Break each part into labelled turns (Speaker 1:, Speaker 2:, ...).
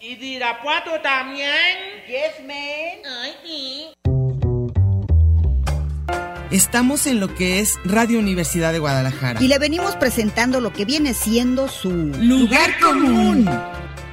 Speaker 1: de Irapuato también.
Speaker 2: Yes, man.
Speaker 1: Ay, sí.
Speaker 3: Estamos en lo que es Radio Universidad de Guadalajara.
Speaker 2: Y le venimos presentando lo que viene siendo su...
Speaker 3: Lugar común.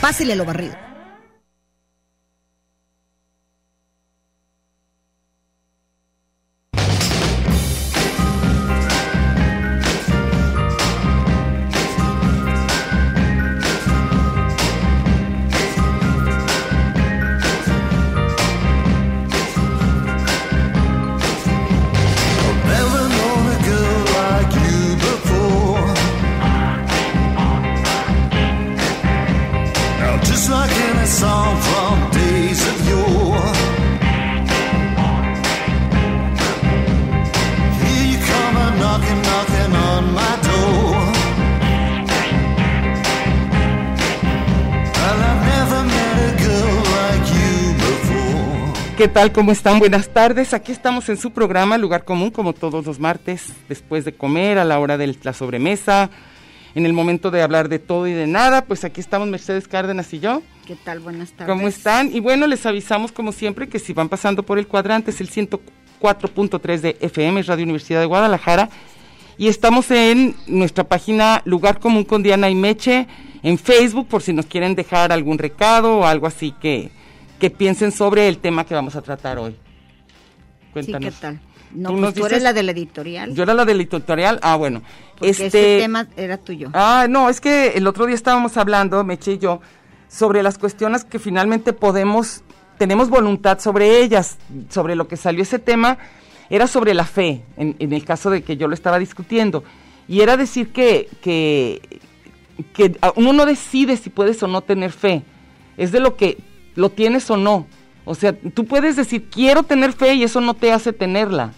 Speaker 2: Pásele lo barrido.
Speaker 4: Never known a girl like you before. Now, just like in a song from days of yore. Here you come a knocking, knocking on my door. Well, I've never met a girl like you before.
Speaker 5: ¿Qué tal? ¿Cómo están? Buenas tardes. Aquí estamos en su programa Lugar Común, como todos los martes, después de comer, a la hora de la sobremesa, en el momento de hablar de todo y de nada. Pues aquí estamos Mercedes Cárdenas y yo.
Speaker 2: ¿Qué tal? Buenas tardes.
Speaker 5: ¿Cómo están? Y bueno, les avisamos como siempre que si van pasando por el cuadrante es el 104.3 de FM, es Radio Universidad de Guadalajara. Y estamos en nuestra página Lugar Común con Diana y Meche, en Facebook, por si nos quieren dejar algún recado o algo así que, que piensen sobre el tema que vamos a tratar hoy.
Speaker 2: Sí,
Speaker 5: Cuéntanos.
Speaker 2: ¿qué tal? No,
Speaker 5: Tú
Speaker 2: pues
Speaker 5: nos
Speaker 2: tú eres
Speaker 5: dices-
Speaker 2: la de la editorial.
Speaker 5: Yo era la del editorial. Ah, bueno.
Speaker 2: porque
Speaker 5: este
Speaker 2: ese tema era tuyo.
Speaker 5: Ah, no, es que el otro día estábamos hablando, Meche y yo, sobre las cuestiones que finalmente podemos, tenemos voluntad sobre ellas, sobre lo que salió ese tema, era sobre la fe, en, en el caso de que yo lo estaba discutiendo. Y era decir que, que, que a- uno no decide si puedes o no tener fe, es de lo que lo tienes o no. O sea, tú puedes decir, quiero tener fe y eso no te hace tenerla.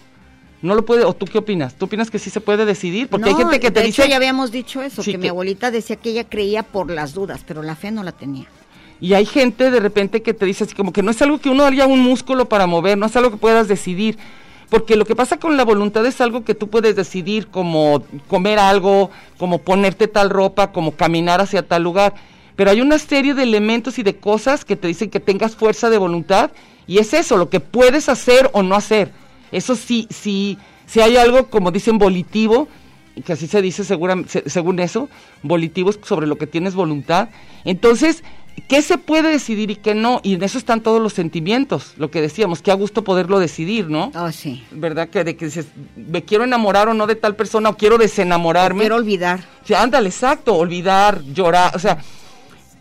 Speaker 5: No lo puede, o tú qué opinas? ¿Tú opinas que sí se puede decidir? Porque hay
Speaker 2: No,
Speaker 5: gente que te
Speaker 2: de
Speaker 5: dice.
Speaker 2: hecho, ya habíamos dicho eso,
Speaker 5: Sí,
Speaker 2: que, mi
Speaker 5: que-
Speaker 2: abuelita decía que ella creía por las dudas, pero la fe no la tenía.
Speaker 5: Y hay gente de repente que te dice así como que no es algo que uno haría un músculo para mover, no es algo que puedas decidir. Porque lo que pasa con la voluntad es algo que tú puedes decidir, como comer algo, como ponerte tal ropa, como caminar hacia tal lugar. Pero hay una serie de elementos y de cosas que te dicen que tengas fuerza de voluntad y es eso, lo que puedes hacer o no hacer. Eso sí, sí, si hay algo, como dicen, volitivo, que así se dice segura, se- según eso, volitivos sobre lo que tienes voluntad. Entonces, ¿qué se puede decidir y qué no? Y en eso están todos los sentimientos, lo que decíamos, que a gusto poderlo decidir, ¿no?
Speaker 2: Oh, sí.
Speaker 5: ¿Verdad? Que de que dices, me quiero enamorar o no de tal persona, o quiero desenamorarme.
Speaker 2: Quiero olvidar.
Speaker 5: Sí, ándale, exacto, olvidar, llorar, o sea,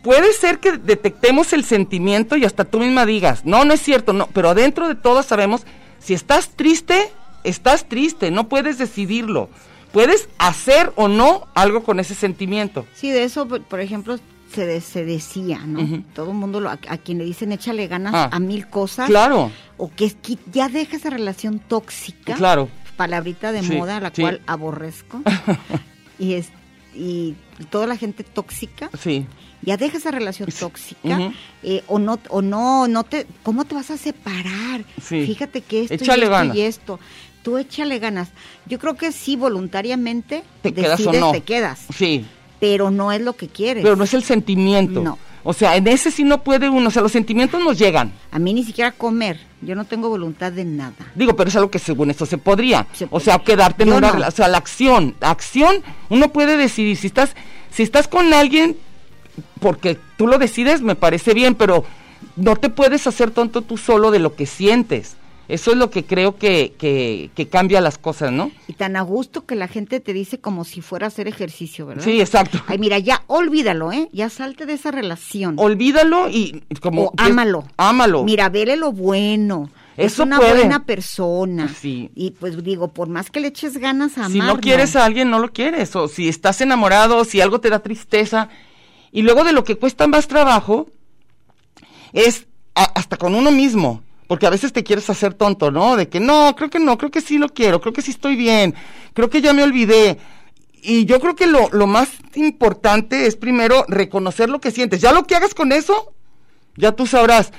Speaker 5: puede ser que detectemos el sentimiento y hasta tú misma digas, no, no es cierto, no, pero adentro de todo sabemos, si estás triste, estás triste, no puedes decidirlo, puedes hacer o no algo con ese sentimiento.
Speaker 2: Sí, de eso, por por ejemplo, se, de- se decía, ¿no? Todo el mundo, lo- a, a quien le dicen échale ganas
Speaker 5: Ah,
Speaker 2: a mil cosas.
Speaker 5: Claro.
Speaker 2: O que, es que ya deja esa relación tóxica.
Speaker 5: Claro.
Speaker 2: Palabrita de
Speaker 5: Sí,
Speaker 2: moda, la
Speaker 5: sí.
Speaker 2: cual aborrezco. y, es, y toda la gente tóxica.
Speaker 5: Sí,
Speaker 2: Ya deja esa relación
Speaker 5: Sí,
Speaker 2: tóxica
Speaker 5: ujú.
Speaker 2: eh, o no o no no te cómo te vas a separar.
Speaker 5: Sí.
Speaker 2: Fíjate que esto y
Speaker 5: Échale
Speaker 2: esto
Speaker 5: ganas.
Speaker 2: y esto. Tú échale ganas. Yo creo que sí voluntariamente
Speaker 5: te
Speaker 2: decides
Speaker 5: quedas o no.
Speaker 2: te quedas,
Speaker 5: Sí,
Speaker 2: pero no es lo que quieres.
Speaker 5: pero no es el sentimiento.
Speaker 2: No.
Speaker 5: O sea, en ese sí no puede uno, o sea, los sentimientos nos llegan.
Speaker 2: A mí ni siquiera comer. Yo no tengo voluntad de nada.
Speaker 5: Digo, pero es algo que según esto se podría.
Speaker 2: Se
Speaker 5: o sea, quedarte en
Speaker 2: Yo
Speaker 5: una
Speaker 2: no.
Speaker 5: rela- O sea, la acción. La acción, uno puede decidir. Si estás, si estás con alguien, porque tú lo decides, me parece bien, pero no te puedes hacer tonto tú solo de lo que sientes. Eso es lo que creo que, que, que cambia las cosas, ¿no?
Speaker 2: Y tan a gusto que la gente te dice como si fuera a hacer ejercicio, ¿verdad?
Speaker 5: Sí, exacto.
Speaker 2: Ay, mira, ya olvídalo, ¿eh? Ya salte de esa relación.
Speaker 5: Olvídalo y como...
Speaker 2: o ámalo.
Speaker 5: Ámalo.
Speaker 2: Mira, vele lo bueno. es
Speaker 5: Eso
Speaker 2: una
Speaker 5: puede.
Speaker 2: buena persona.
Speaker 5: Sí.
Speaker 2: Y pues digo, por más que le eches ganas a
Speaker 5: si
Speaker 2: amar,
Speaker 5: no quieres ah, a alguien, no lo quieres. O si estás enamorado, si algo te da tristeza. Y luego de lo que cuesta más trabajo es a- hasta con uno mismo. Porque a veces te quieres hacer tonto, ¿no? De que no, creo que no, creo que sí lo quiero, creo que sí estoy bien, creo que ya me olvidé. Y yo creo que lo, lo más importante es primero reconocer lo que sientes. Ya lo que hagas con eso, ya tú sabrás.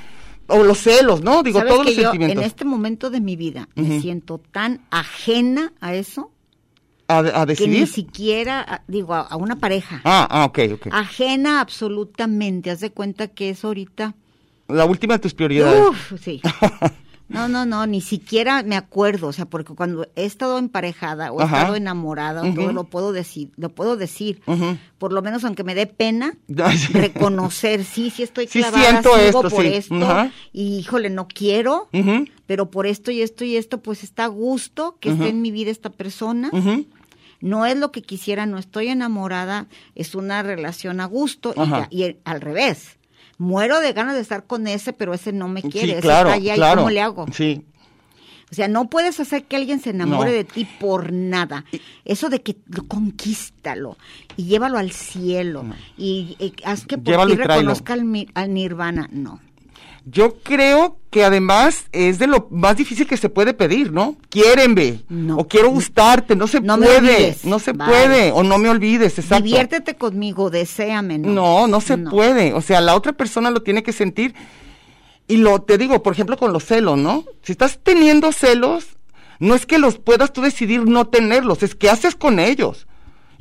Speaker 5: O los celos, ¿no? Digo,
Speaker 2: Sabes
Speaker 5: todos
Speaker 2: que
Speaker 5: los
Speaker 2: yo,
Speaker 5: sentimientos.
Speaker 2: En este momento de mi vida me
Speaker 5: Ujú.
Speaker 2: siento tan ajena a eso
Speaker 5: A, a
Speaker 2: que ni
Speaker 5: decidir.
Speaker 2: siquiera, a- digo, a, a una pareja.
Speaker 5: Ah, ah, ok, ok.
Speaker 2: Ajena absolutamente. Haz de cuenta que es ahorita.
Speaker 5: La última de tus prioridades.
Speaker 2: Uf, sí. No, no, no, ni siquiera me acuerdo, o sea, porque cuando he estado emparejada o he
Speaker 5: Ajá.
Speaker 2: estado enamorada, o
Speaker 5: Ujú.
Speaker 2: todo lo puedo decir, lo puedo decir,
Speaker 5: Ujú.
Speaker 2: por lo menos aunque me dé pena
Speaker 5: Ay, sí.
Speaker 2: reconocer, sí, sí estoy
Speaker 5: Sí
Speaker 2: clavada,
Speaker 5: siento
Speaker 2: sigo
Speaker 5: esto,
Speaker 2: por
Speaker 5: sí.
Speaker 2: esto,
Speaker 5: Ajá. Mm.
Speaker 2: y híjole, no quiero,
Speaker 5: Ujú,
Speaker 2: pero por esto y esto y esto, pues está a gusto que esté en mi vida esta persona,
Speaker 5: ujú.
Speaker 2: no es lo que quisiera, no estoy enamorada, es una relación a gusto y,
Speaker 5: Ajá.
Speaker 2: ya- y el- al revés. Muero de ganas de estar con ese, pero ese no me quiere,
Speaker 5: Sí,
Speaker 2: ese
Speaker 5: claro,
Speaker 2: está allá y
Speaker 5: claro.
Speaker 2: cómo le hago.
Speaker 5: Sí.
Speaker 2: O sea, no puedes hacer que alguien se enamore
Speaker 5: No.
Speaker 2: de ti por nada. Eso de que lo- conquístalo y llévalo al cielo y, y haz que por
Speaker 5: Llévalo
Speaker 2: ti
Speaker 5: y tráelo.
Speaker 2: reconozca al, mi- al nirvana. No.
Speaker 5: Yo creo que además es de lo más difícil que se puede pedir, ¿no? Quiérenme.
Speaker 2: No.
Speaker 5: O quiero gustarte. No se
Speaker 2: No me
Speaker 5: puede.
Speaker 2: olvides.
Speaker 5: No se
Speaker 2: Vale.
Speaker 5: puede. O no me olvides. Exacto.
Speaker 2: Diviértete conmigo, deséame.
Speaker 5: No, no se puede. O sea, la otra persona lo tiene que sentir. Y lo te digo, por ejemplo, con los celos, ¿no? Si estás teniendo celos, no es que los puedas tú decidir no tenerlos, es que haces con ellos.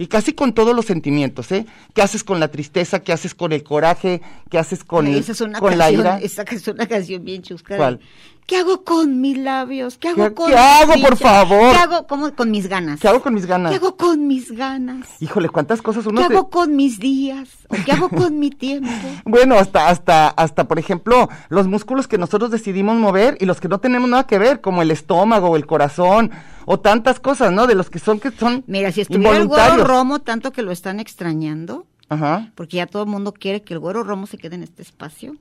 Speaker 5: Y casi con todos los sentimientos, ¿eh? ¿Qué haces con la tristeza? ¿Qué haces con el coraje? ¿Qué haces con, el-
Speaker 2: esa es una
Speaker 5: con la
Speaker 2: canción,
Speaker 5: ira?
Speaker 2: Esa que es una canción bien chuscada.
Speaker 5: ¿Cuál?
Speaker 2: ¿Qué hago con mis labios? ¿Qué hago
Speaker 5: ¿Qué-
Speaker 2: con
Speaker 5: qué
Speaker 2: mis
Speaker 5: hago, por
Speaker 2: dichas?
Speaker 5: favor?
Speaker 2: ¿Qué hago como con mis ganas?
Speaker 5: ¿Qué hago con mis ganas?
Speaker 2: ¿Qué hago con mis ganas?
Speaker 5: Híjole, cuántas cosas uno
Speaker 2: ¿Qué
Speaker 5: se-
Speaker 2: hago con mis días? ¿O ¿Qué hago con mi tiempo?
Speaker 5: Bueno, hasta, hasta, hasta, por ejemplo, los músculos que nosotros decidimos mover y los que no tenemos nada que ver, como el estómago, el corazón, o tantas cosas, ¿no? De los que son, que son
Speaker 2: Mira, si estuviera el güero romo tanto que lo están extrañando,
Speaker 5: Ajá.
Speaker 2: porque ya todo el mundo quiere que el güero romo se quede en este espacio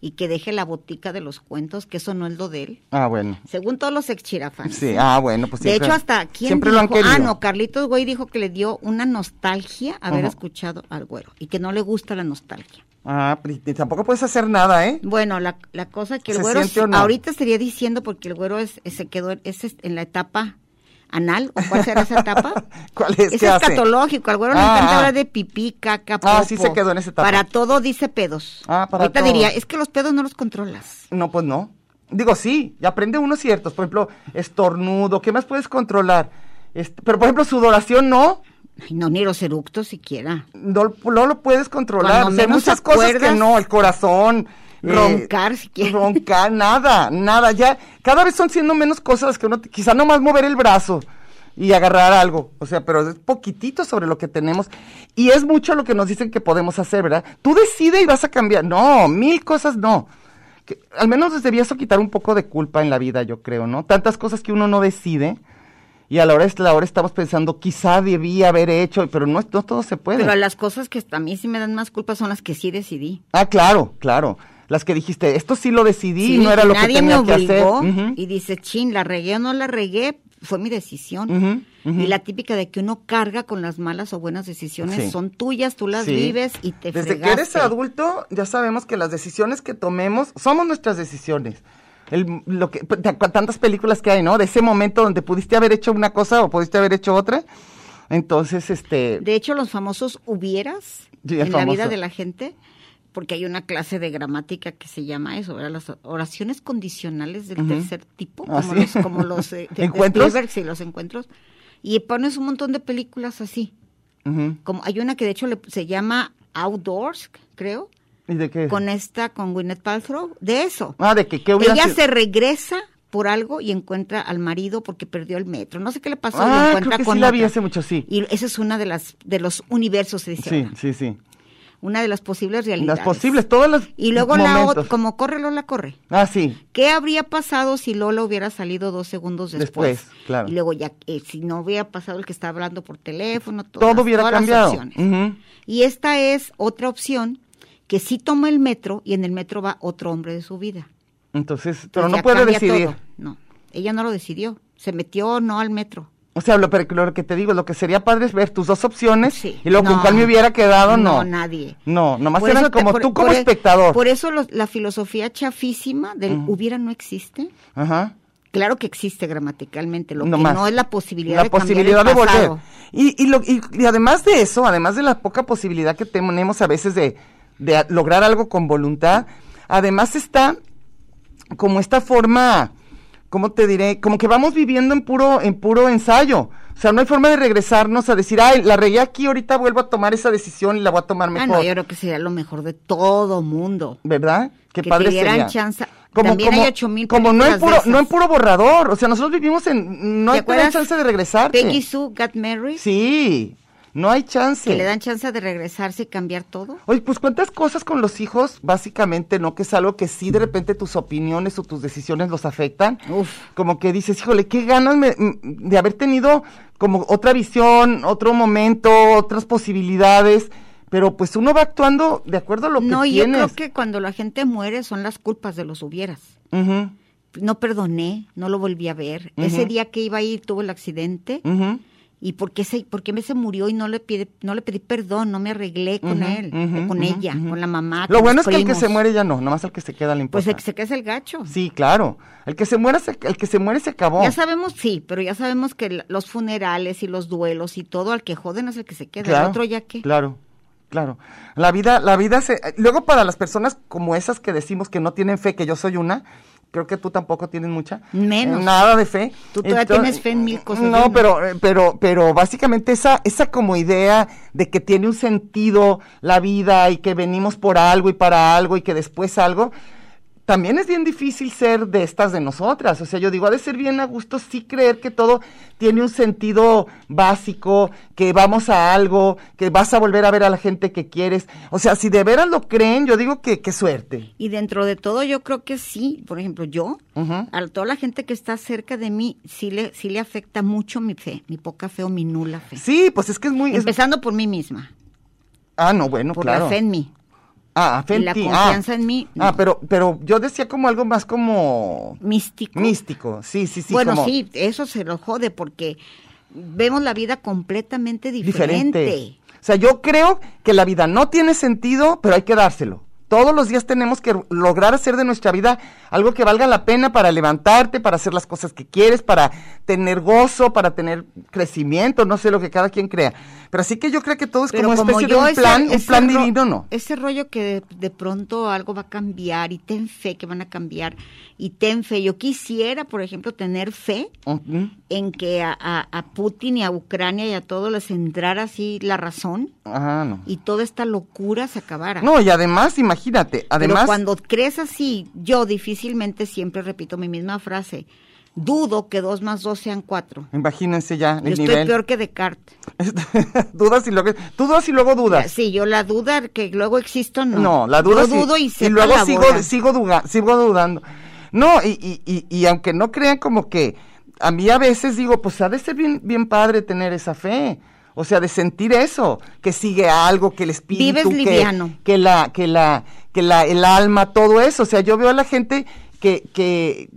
Speaker 2: y que deje la botica de los cuentos, que eso no es lo de él.
Speaker 5: Ah, bueno.
Speaker 2: Según todos los exchirafanes.
Speaker 5: Sí, ah, bueno, pues
Speaker 2: de
Speaker 5: siempre-
Speaker 2: hecho, hasta quién
Speaker 5: Siempre
Speaker 2: dijo,
Speaker 5: lo han querido.
Speaker 2: ah, no, Carlitos Güey dijo que le dio una nostalgia haber
Speaker 5: Ajá.
Speaker 2: escuchado al güero y que no le gusta la nostalgia.
Speaker 5: Ah, pero y tampoco puedes hacer nada, ¿eh?
Speaker 2: Bueno, la, la cosa que el
Speaker 5: ¿Se
Speaker 2: güero
Speaker 5: siente o no?
Speaker 2: ahorita estaría diciendo porque el güero es, es- se quedó es, es- en la etapa anal, ¿o cuál será esa etapa?
Speaker 5: ¿Cuál es?
Speaker 2: es
Speaker 5: ¿Qué hace?
Speaker 2: escatológico, al güero le
Speaker 5: Ah,
Speaker 2: encanta
Speaker 5: ah.
Speaker 2: hablar de pipí, caca, popo.
Speaker 5: Ah, sí se quedó en esa etapa.
Speaker 2: Para todo dice pedos.
Speaker 5: Ah, para
Speaker 2: Ahorita
Speaker 5: todo.
Speaker 2: diría, es que los pedos no los controlas.
Speaker 5: No, pues no. Digo, sí, y aprende unos ciertos. Por ejemplo, estornudo, ¿qué más puedes controlar? Est- pero, por ejemplo, sudoración no.
Speaker 2: Ay, no, ni los eructos siquiera.
Speaker 5: no, no lo puedes controlar.
Speaker 2: Cuando
Speaker 5: O sea, hay
Speaker 2: menos
Speaker 5: muchas
Speaker 2: te
Speaker 5: cosas que
Speaker 2: acuerdas.
Speaker 5: no, el corazón. eh,
Speaker 2: Roncar, si quieres.
Speaker 5: Roncar, nada, nada. Ya, cada vez son siendo menos cosas que uno, quizá nomás mover el brazo y agarrar algo. O sea, pero es poquitito sobre lo que tenemos. Y es mucho lo que nos dicen que podemos hacer, ¿verdad? Tú decide y vas a cambiar. No, mil cosas no. Que, al menos nos debías quitar un poco de culpa en la vida, yo creo, ¿no? Tantas cosas que uno no decide. Y a la hora, es la hora estamos pensando, quizá debía haber hecho, pero no, no todo se puede.
Speaker 2: Pero las cosas que a mí sí me dan más culpa son las que sí decidí.
Speaker 5: Ah, claro, claro. Las que dijiste, esto sí lo decidí,
Speaker 2: Sí,
Speaker 5: no era
Speaker 2: y
Speaker 5: lo que
Speaker 2: nadie
Speaker 5: tenía
Speaker 2: me
Speaker 5: que hacer.
Speaker 2: obligó
Speaker 5: Ujú,
Speaker 2: y dice, chin, la regué o no la regué, fue mi decisión.
Speaker 5: ujú, ujú.
Speaker 2: Y la típica de que uno carga con las malas o buenas decisiones,
Speaker 5: Sí.
Speaker 2: son tuyas, tú las
Speaker 5: Sí.
Speaker 2: vives y te
Speaker 5: Desde que
Speaker 2: fregaste.
Speaker 5: eres adulto, ya sabemos que las decisiones que tomemos somos nuestras decisiones. El- lo que, p- ta- tantas películas que hay, ¿no? De ese momento donde pudiste haber hecho una cosa o pudiste haber hecho otra. Entonces, este.
Speaker 2: De hecho, los famosos hubieras
Speaker 5: Sí, el
Speaker 2: en la vida
Speaker 5: famoso.
Speaker 2: de la gente, porque hay una clase de gramática que se llama eso, ¿verdad? las oraciones condicionales del tercer tipo,
Speaker 5: Ah,
Speaker 2: como
Speaker 5: sí.
Speaker 2: los, como los eh, de- de
Speaker 5: ¿Encuentros?
Speaker 2: Spielberg, sí, los encuentros. Y pones un montón de películas así.
Speaker 5: ujú.
Speaker 2: Como hay una que de hecho le- se llama Outdoors, creo,
Speaker 5: ¿Y de qué?
Speaker 2: con esta, con Gwyneth Paltrow, de eso.
Speaker 5: Ah, de que, ¿qué hubiera
Speaker 2: Ella
Speaker 5: sido?
Speaker 2: se regresa por algo y encuentra al marido porque perdió el metro. No sé qué le pasó. y
Speaker 5: Ah,
Speaker 2: encuentra
Speaker 5: creo que
Speaker 2: con
Speaker 5: sí la vi
Speaker 2: otra.
Speaker 5: hace mucho, sí.
Speaker 2: Y esa es una de las de los universos, se dice
Speaker 5: Sí,
Speaker 2: ahora.
Speaker 5: sí, sí.
Speaker 2: Una de las posibles realidades.
Speaker 5: Las posibles, todas las.
Speaker 2: Y luego la
Speaker 5: momentos.
Speaker 2: otra, como corre Lola, corre.
Speaker 5: Ah, sí.
Speaker 2: ¿Qué habría pasado si Lola hubiera salido dos segundos después?
Speaker 5: Después, claro.
Speaker 2: Y luego ya, eh, si no hubiera pasado el que está hablando por teléfono, todas-
Speaker 5: Todo hubiera
Speaker 2: todas las
Speaker 5: cambiado.
Speaker 2: opciones.
Speaker 5: Ujú.
Speaker 2: Y esta es otra opción que sí toma el metro y en el metro va otro hombre de su vida.
Speaker 5: Entonces, pero
Speaker 2: Entonces
Speaker 5: no
Speaker 2: ya
Speaker 5: puede
Speaker 2: cambia
Speaker 5: decidir.
Speaker 2: todo. No, ella no lo decidió. Se metió o no al metro.
Speaker 5: O sea, lo, pero lo que te digo, lo que sería padre es ver tus dos opciones
Speaker 2: Sí.
Speaker 5: y luego con
Speaker 2: No.
Speaker 5: cuál me hubiera quedado, no.
Speaker 2: No, nadie.
Speaker 5: No, nomás
Speaker 2: Por
Speaker 5: eran
Speaker 2: eso te-
Speaker 5: como
Speaker 2: por-
Speaker 5: tú como
Speaker 2: por e-
Speaker 5: espectador.
Speaker 2: Por eso los- la filosofía chafísima del hubiera no existe.
Speaker 5: Ajá.
Speaker 2: Claro que existe gramaticalmente, lo
Speaker 5: No
Speaker 2: que
Speaker 5: más.
Speaker 2: no es la posibilidad
Speaker 5: La
Speaker 2: de
Speaker 5: posibilidad
Speaker 2: cambiar
Speaker 5: de
Speaker 2: el
Speaker 5: volver.
Speaker 2: pasado.
Speaker 5: Y, y, lo- y- y además de eso, además de la poca posibilidad que tenemos a veces de, de a- lograr algo con voluntad, además está como esta forma, ¿cómo te diré? Como que vamos viviendo en puro, en puro ensayo. O sea, no hay forma de regresarnos a decir, ay, la regué aquí, ahorita vuelvo a tomar esa decisión y la voy a tomar
Speaker 2: Ah,
Speaker 5: mejor.
Speaker 2: no, yo creo que sería lo mejor de todo mundo.
Speaker 5: ¿Verdad? Qué
Speaker 2: Que te
Speaker 5: padre
Speaker 2: dieran
Speaker 5: sería.
Speaker 2: chance. También hay 8000
Speaker 5: como no
Speaker 2: películas
Speaker 5: en
Speaker 2: de
Speaker 5: puro, no
Speaker 2: esas.
Speaker 5: en puro borrador. O sea, nosotros vivimos en, no
Speaker 2: ¿Te
Speaker 5: hay te dan
Speaker 2: acuerdas?
Speaker 5: chance de regresar.
Speaker 2: Peggy Sue, Got Married,
Speaker 5: Sí, no hay chance.
Speaker 2: que le dan chance de regresarse y cambiar todo.
Speaker 5: Oye, pues cuántas cosas con los hijos, básicamente, ¿no? Que es algo que sí de repente tus opiniones o tus decisiones los afectan.
Speaker 2: Uf.
Speaker 5: Como que dices, híjole, qué ganas me- m- de haber tenido como otra visión, otro momento, otras posibilidades. Pero pues uno va actuando de acuerdo a lo
Speaker 2: no,
Speaker 5: que
Speaker 2: yo
Speaker 5: tienes.
Speaker 2: creo que cuando la gente muere son las culpas de los hubieras.
Speaker 5: Ujú,
Speaker 2: No perdoné, no lo volví a ver. Ese día que iba ahí tuvo el accidente.
Speaker 5: ujú.
Speaker 2: ¿Y por qué, se, por qué me se murió y no le, pide, no le pedí perdón? No me arreglé con
Speaker 5: Ujú,
Speaker 2: él,
Speaker 5: ujú,
Speaker 2: o con
Speaker 5: ujú,
Speaker 2: ella, con la mamá.
Speaker 5: Lo
Speaker 2: con
Speaker 5: bueno es
Speaker 2: los
Speaker 5: que el que
Speaker 2: primos.
Speaker 5: se muere ya no, nomás el que se queda le
Speaker 2: Pues
Speaker 5: importa.
Speaker 2: el que se queda es el gacho.
Speaker 5: Sí, claro. El que se muere se, el que se muere se acabó.
Speaker 2: Ya sabemos, sí, pero ya sabemos que la- los funerales y los duelos y todo, al que joden es el que se queda. el otro ya qué.
Speaker 5: Claro, claro. La vida, la vida se. eh, Luego, para las personas como esas que decimos que no tienen fe, que yo soy una, creo que tú tampoco tienes mucha.
Speaker 2: Menos.
Speaker 5: eh, nada de fe.
Speaker 2: Tú todavía tienes fe en mil cosas, yo
Speaker 5: No,
Speaker 2: no.
Speaker 5: pero, eh, pero, pero básicamente esa, esa como idea de que tiene un sentido la vida y que venimos por algo y para algo y que después algo. También es bien difícil ser de estas de nosotras. O sea, yo digo, ha de ser bien a gusto sí creer que todo tiene un sentido básico, que vamos a algo, que vas a volver a ver a la gente que quieres. O sea, si de veras lo creen, yo digo que qué suerte.
Speaker 2: Y dentro de todo yo creo que sí, por ejemplo, yo,
Speaker 5: Ujú.
Speaker 2: a toda la gente que está cerca de mí, sí le, sí le afecta mucho mi fe, mi poca fe o mi nula fe.
Speaker 5: Sí, pues es que es muy... es-
Speaker 2: Empezando por mí misma,
Speaker 5: Ah, no, bueno,
Speaker 2: por
Speaker 5: claro.
Speaker 2: la fe en mí.
Speaker 5: Ah, fe en
Speaker 2: la
Speaker 5: ti, ah.
Speaker 2: confianza en mí,
Speaker 5: Ah,
Speaker 2: no.
Speaker 5: pero, pero yo decía como algo más como
Speaker 2: Místico.
Speaker 5: místico. Sí, sí, sí.
Speaker 2: bueno,
Speaker 5: como-
Speaker 2: sí, eso se lo jode porque vemos la vida completamente
Speaker 5: diferente.
Speaker 2: diferente.
Speaker 5: O sea, yo creo que la vida no tiene sentido, pero hay que dárselo. Todos los días tenemos que lograr hacer de nuestra vida algo que valga la pena para levantarte, para hacer las cosas que quieres, para tener gozo, para tener crecimiento, no sé lo que cada quien crea. Pero así que yo creo que todo es como, una especie de un
Speaker 2: ese-
Speaker 5: plan, un
Speaker 2: ese
Speaker 5: plan
Speaker 2: ro-
Speaker 5: divino, ¿no?
Speaker 2: Ese rollo que de, de pronto algo va a cambiar y ten fe que van a cambiar y ten fe. Yo quisiera, por ejemplo, tener fe
Speaker 5: Ujú.
Speaker 2: en que a, a- a Putin y a Ucrania y a todos les entrara así la razón
Speaker 5: Ajá, Ah, no.
Speaker 2: y toda esta locura se acabara.
Speaker 5: No, y además, imagínate, además...
Speaker 2: Pero cuando crees así, yo difícilmente siempre repito mi misma frase. Dudo que dos más dos sean cuatro.
Speaker 5: Imagínense ya
Speaker 2: Yo
Speaker 5: el
Speaker 2: estoy
Speaker 5: nivel.
Speaker 2: peor que Descartes.
Speaker 5: dudas y luego, tú dudas y luego dudas.
Speaker 2: Sí, yo la duda que luego existo, no.
Speaker 5: Ah. No, la duda
Speaker 2: Yo
Speaker 5: sí,
Speaker 2: dudo y, se
Speaker 5: luego sigo, sigo, duda- sigo dudando. No, y, y- y- y aunque no crean como que a mí a veces digo, pues ha de ser bien, bien padre tener esa fe. O sea, de sentir eso, que sigue algo, que el espíritu,
Speaker 2: Vives
Speaker 5: que,
Speaker 2: liviano.
Speaker 5: que la, que la, que la, el alma, todo eso. O sea, yo veo a la gente que, que,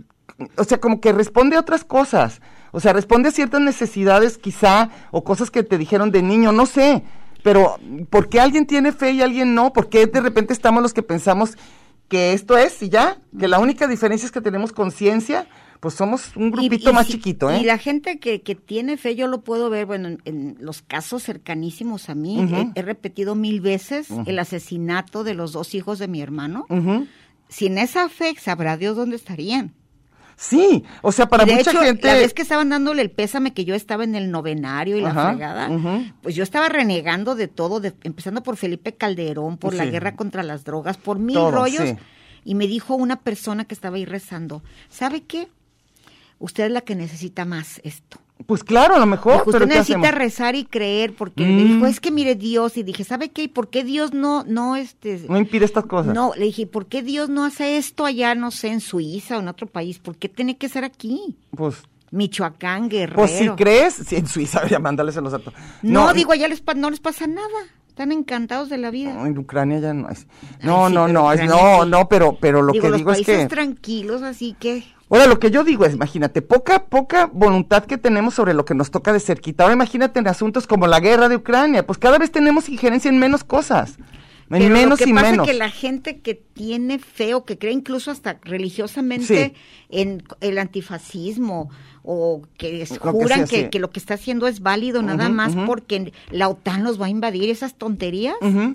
Speaker 5: o sea, como que responde a otras cosas. O sea, responde a ciertas necesidades quizá, o cosas que te dijeron de niño, no sé. Pero, ¿por qué alguien tiene fe y alguien no? ¿Por qué de repente estamos los que pensamos que esto es y ya? Que la única diferencia es que tenemos conciencia, pues somos un grupito
Speaker 2: Y- y
Speaker 5: más
Speaker 2: si-
Speaker 5: chiquito, ¿eh?
Speaker 2: Y la gente que, que tiene fe, yo lo puedo ver, bueno, en, en los casos cercanísimos a mí,
Speaker 5: Ujú.
Speaker 2: he, he repetido mil veces el asesinato de los dos hijos de mi hermano.
Speaker 5: Ujú.
Speaker 2: Sin esa fe, sabrá Dios dónde estarían.
Speaker 5: Sí, o sea, para
Speaker 2: Y de
Speaker 5: mucha
Speaker 2: hecho,
Speaker 5: gente...
Speaker 2: La vez que estaban dándole el pésame que yo estaba en el novenario y
Speaker 5: Ajá,
Speaker 2: la fregada,
Speaker 5: ujú.
Speaker 2: pues yo estaba renegando de todo, de- empezando por Felipe Calderón, por la
Speaker 5: Sí.
Speaker 2: guerra contra las drogas, por mil
Speaker 5: Todo,
Speaker 2: rollos.
Speaker 5: sí.
Speaker 2: Y me dijo una persona que estaba ahí rezando, ¿sabe qué? Usted es la que necesita más esto.
Speaker 5: Pues claro, a lo mejor,
Speaker 2: Dijo,
Speaker 5: pero
Speaker 2: usted
Speaker 5: ¿qué
Speaker 2: necesita
Speaker 5: hacemos?
Speaker 2: rezar y creer porque me
Speaker 5: Mm.
Speaker 2: dijo, es que mire Dios. Y dije, ¿sabe qué? ¿Y por qué Dios no, no, este,
Speaker 5: No impide estas cosas.
Speaker 2: no, le dije, ¿por qué Dios no hace esto allá, no sé, en Suiza o en otro país? ¿Por qué tiene que ser aquí?
Speaker 5: Pues,
Speaker 2: Michoacán, Guerrero.
Speaker 5: pues si crees, sí, en Suiza, ya mándales los datos.
Speaker 2: no, digo, allá les pa- no les pasa nada. Están encantados de la vida.
Speaker 5: No, en Ucrania ya no es. No,
Speaker 2: sí, pero
Speaker 5: no, no, es-
Speaker 2: Ucrania
Speaker 5: no,
Speaker 2: sí.
Speaker 5: no, pero, pero lo que
Speaker 2: los
Speaker 5: digo es
Speaker 2: países
Speaker 5: que.
Speaker 2: tranquilos, así que
Speaker 5: Ahora, lo que yo digo es, imagínate, poca, poca voluntad que tenemos sobre lo que nos toca de cerquita. Ahora imagínate en asuntos como la guerra de Ucrania, pues cada vez tenemos injerencia en menos cosas, en
Speaker 2: Pero
Speaker 5: menos
Speaker 2: lo que
Speaker 5: y
Speaker 2: pasa
Speaker 5: menos.
Speaker 2: es que la gente que tiene feo, que cree incluso hasta religiosamente
Speaker 5: Sí.
Speaker 2: en el antifascismo o que es-
Speaker 5: Lo que
Speaker 2: juran
Speaker 5: sea,
Speaker 2: que,
Speaker 5: sí.
Speaker 2: que lo que está haciendo es válido nada
Speaker 5: Ujú,
Speaker 2: más
Speaker 5: ujú.
Speaker 2: porque la OTAN los va a invadir, esas tonterías,
Speaker 5: Ujú,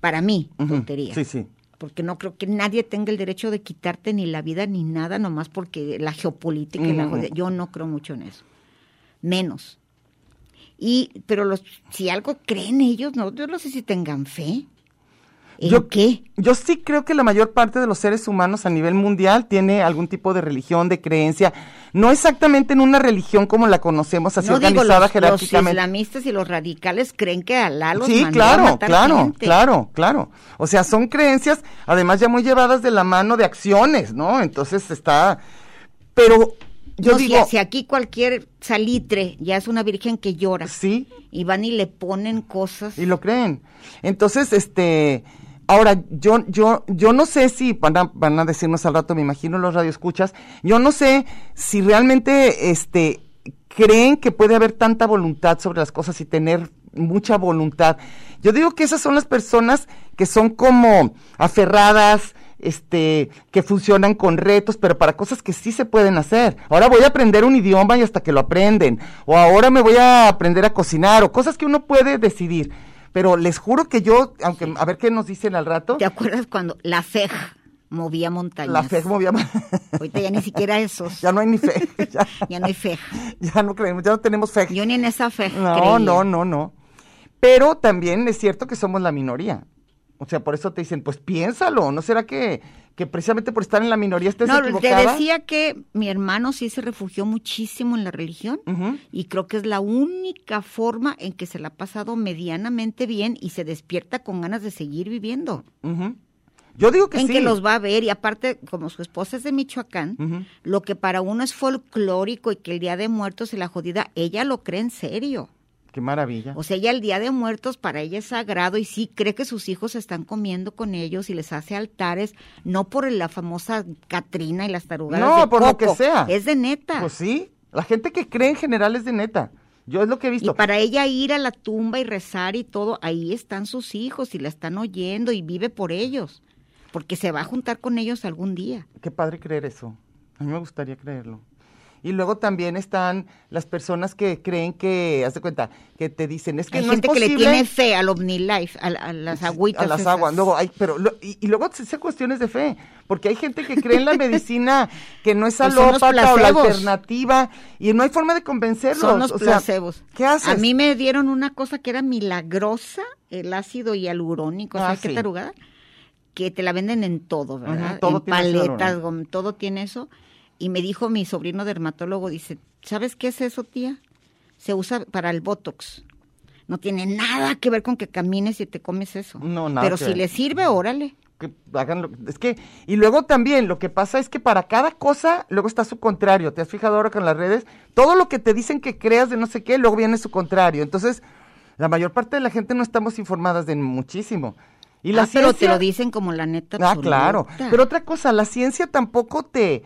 Speaker 2: para mí,
Speaker 5: ujú.
Speaker 2: tonterías.
Speaker 5: Sí, sí.
Speaker 2: Porque no creo que nadie tenga el derecho de quitarte ni la vida ni nada, nomás porque la geopolítica y la
Speaker 5: Ujú.
Speaker 2: jodida- Yo no creo mucho en eso. Menos. Y, pero los, si algo creen ellos, no, yo no sé si tengan fe. ¿En
Speaker 5: Yo-
Speaker 2: qué?
Speaker 5: Yo sí creo que la mayor parte de los seres humanos a nivel mundial tiene algún tipo de religión, de creencia, no exactamente en una religión como la conocemos, así
Speaker 2: no digo
Speaker 5: organizada
Speaker 2: los, los
Speaker 5: jerárquicamente.
Speaker 2: islamistas y los radicales creen que Alá los
Speaker 5: Sí,
Speaker 2: mandó a
Speaker 5: claro,
Speaker 2: matar
Speaker 5: claro,
Speaker 2: gente.
Speaker 5: claro, claro. O sea, son creencias, además ya muy llevadas de la mano de acciones, ¿no? Entonces está, pero yo
Speaker 2: No, si-
Speaker 5: digo,
Speaker 2: si, aquí cualquier salitre ya es una virgen que llora
Speaker 5: sí,
Speaker 2: y van y le ponen cosas.
Speaker 5: y lo creen. Entonces, este, ahora yo, yo, yo no sé si van a, van a decirnos al rato, me imagino los radioescuchas, yo no sé si realmente, este, creen que puede haber tanta voluntad sobre las cosas y tener mucha voluntad. Yo digo que esas son las personas que son como aferradas, este, que funcionan con retos, pero para cosas que sí se pueden hacer. Ahora voy a aprender un idioma y hasta que lo aprenden, o ahora me voy a aprender a cocinar, o cosas que uno puede decidir. Pero les juro que yo, aunque a ver qué nos dicen al rato,
Speaker 2: ¿Te acuerdas cuando la FEJ movía montañas?
Speaker 5: la fe movía más.
Speaker 2: Ahorita ya ni siquiera esos.
Speaker 5: ya no hay ni fe, ya,
Speaker 2: Ya no hay FEJ.
Speaker 5: ya no creemos, ya no tenemos fe.
Speaker 2: Yo ni en esa FEJ
Speaker 5: No,
Speaker 2: creía.
Speaker 5: no, no, no. Pero también es cierto que somos la minoría. O sea, por eso te dicen, pues piénsalo, ¿no será que, que precisamente por estar en la minoría estés
Speaker 2: No, te
Speaker 5: equivocada?
Speaker 2: decía que mi hermano sí se refugió muchísimo en la religión
Speaker 5: Ujú.
Speaker 2: y creo que es la única forma en que se la ha pasado medianamente bien y se despierta con ganas de seguir viviendo.
Speaker 5: Ujú. Yo digo que
Speaker 2: en
Speaker 5: sí.
Speaker 2: que los va a ver y aparte, como su esposa es de Michoacán,
Speaker 5: Ujú.
Speaker 2: lo que para uno es folclórico y que el Día de Muertos y la jodida, ella lo cree en serio.
Speaker 5: Qué maravilla.
Speaker 2: O sea, ya el Día de Muertos para ella es sagrado y sí cree que sus hijos están comiendo con ellos y les hace altares, no por la famosa Catrina y las tarugadas.
Speaker 5: No,
Speaker 2: de
Speaker 5: por lo
Speaker 2: coco,
Speaker 5: que sea.
Speaker 2: Es de neta.
Speaker 5: Pues sí, la gente que cree en general es de neta. Yo es lo que he
Speaker 2: y
Speaker 5: visto.
Speaker 2: para ella ir a la tumba y rezar y todo, ahí están sus hijos y la están oyendo y vive por ellos, porque se va a juntar con ellos algún día.
Speaker 5: Qué padre creer eso. A mí me gustaría creerlo. Y luego también están las personas que creen que, haz de cuenta, que te dicen, es que
Speaker 2: Hay
Speaker 5: no
Speaker 2: gente
Speaker 5: es
Speaker 2: que le
Speaker 5: posible.
Speaker 2: tiene fe al OmniLife, a, la- a las
Speaker 5: Sí,
Speaker 2: agüitas.
Speaker 5: A las
Speaker 2: esas.
Speaker 5: aguas. Luego, hay, pero, lo- y, y luego se- se cuestiones de fe, porque hay gente que cree en la medicina que no es
Speaker 2: Pues son los
Speaker 5: alópata o la
Speaker 2: placebos.
Speaker 5: alternativa, y no hay forma de convencerlos.
Speaker 2: Son los
Speaker 5: o sea,
Speaker 2: placebos.
Speaker 5: ¿Qué haces?
Speaker 2: A mí me dieron una cosa que era milagrosa, el ácido hialurónico,
Speaker 5: Ah,
Speaker 2: ¿sabes qué
Speaker 5: sí.
Speaker 2: taruga? Que te la venden en todo, ¿verdad?
Speaker 5: Ajá, todo
Speaker 2: en
Speaker 5: tiene ácido
Speaker 2: paletas,
Speaker 5: hialurónico.
Speaker 2: gom- todo tiene eso. Y me dijo mi sobrino dermatólogo, dice, ¿sabes qué es eso, tía? Se usa para el Botox. No tiene nada que ver con que camines y te comes eso.
Speaker 5: No, nada
Speaker 2: Pero
Speaker 5: que
Speaker 2: si
Speaker 5: ver.
Speaker 2: le sirve, órale.
Speaker 5: que hagan lo- es que y luego también lo que pasa es que para cada cosa luego está su contrario te has fijado ahora con las redes todo lo que te dicen que creas de no sé qué luego viene su contrario entonces la mayor parte de la gente no estamos informadas de muchísimo y la
Speaker 2: Ah, pero te
Speaker 5: ciencia-
Speaker 2: lo dicen como la neta.
Speaker 5: Ah, claro.
Speaker 2: absoluta.
Speaker 5: Pero otra cosa, la ciencia tampoco te,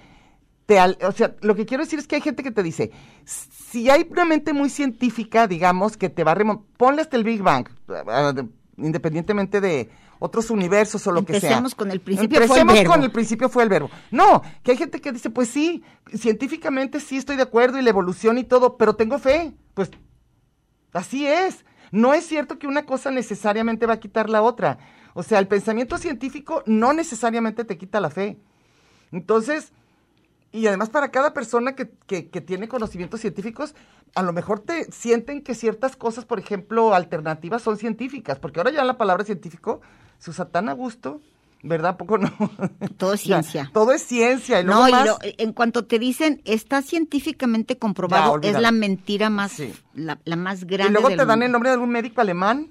Speaker 5: te al- o sea, lo que quiero decir es que hay gente que te dice, si hay una mente muy científica, digamos, que te va a remo- ponle hasta el Big Bang, ah, de- independientemente de otros universos o lo que sea.
Speaker 2: Empecemos con el principio fue el
Speaker 5: Empecemos
Speaker 2: verbo.
Speaker 5: con el principio fue el verbo. No, que hay gente que dice, pues sí, científicamente sí estoy de acuerdo y la evolución y todo, pero tengo fe. Pues Así es. No es cierto que una cosa necesariamente va a quitar la otra. O sea, el pensamiento científico no necesariamente te quita la fe. Entonces, y además para cada persona que, que- que tiene conocimientos científicos, a lo mejor te sienten que ciertas cosas, por ejemplo, alternativas son científicas, porque ahora ya la palabra científico se usa tan a gusto, ¿verdad? ¿A Poco no.
Speaker 2: Todo es
Speaker 5: O sea,
Speaker 2: ciencia.
Speaker 5: todo es ciencia. Y Eh, luego
Speaker 2: No, y
Speaker 5: más-
Speaker 2: lo- eh, en cuanto te dicen está científicamente
Speaker 5: Ya,
Speaker 2: comprobado,
Speaker 5: olvídalo.
Speaker 2: es la mentira más,
Speaker 5: Sí.
Speaker 2: la, la más
Speaker 5: Y
Speaker 2: grande.
Speaker 5: luego
Speaker 2: del
Speaker 5: te dan el
Speaker 2: mundo.
Speaker 5: nombre de algún médico alemán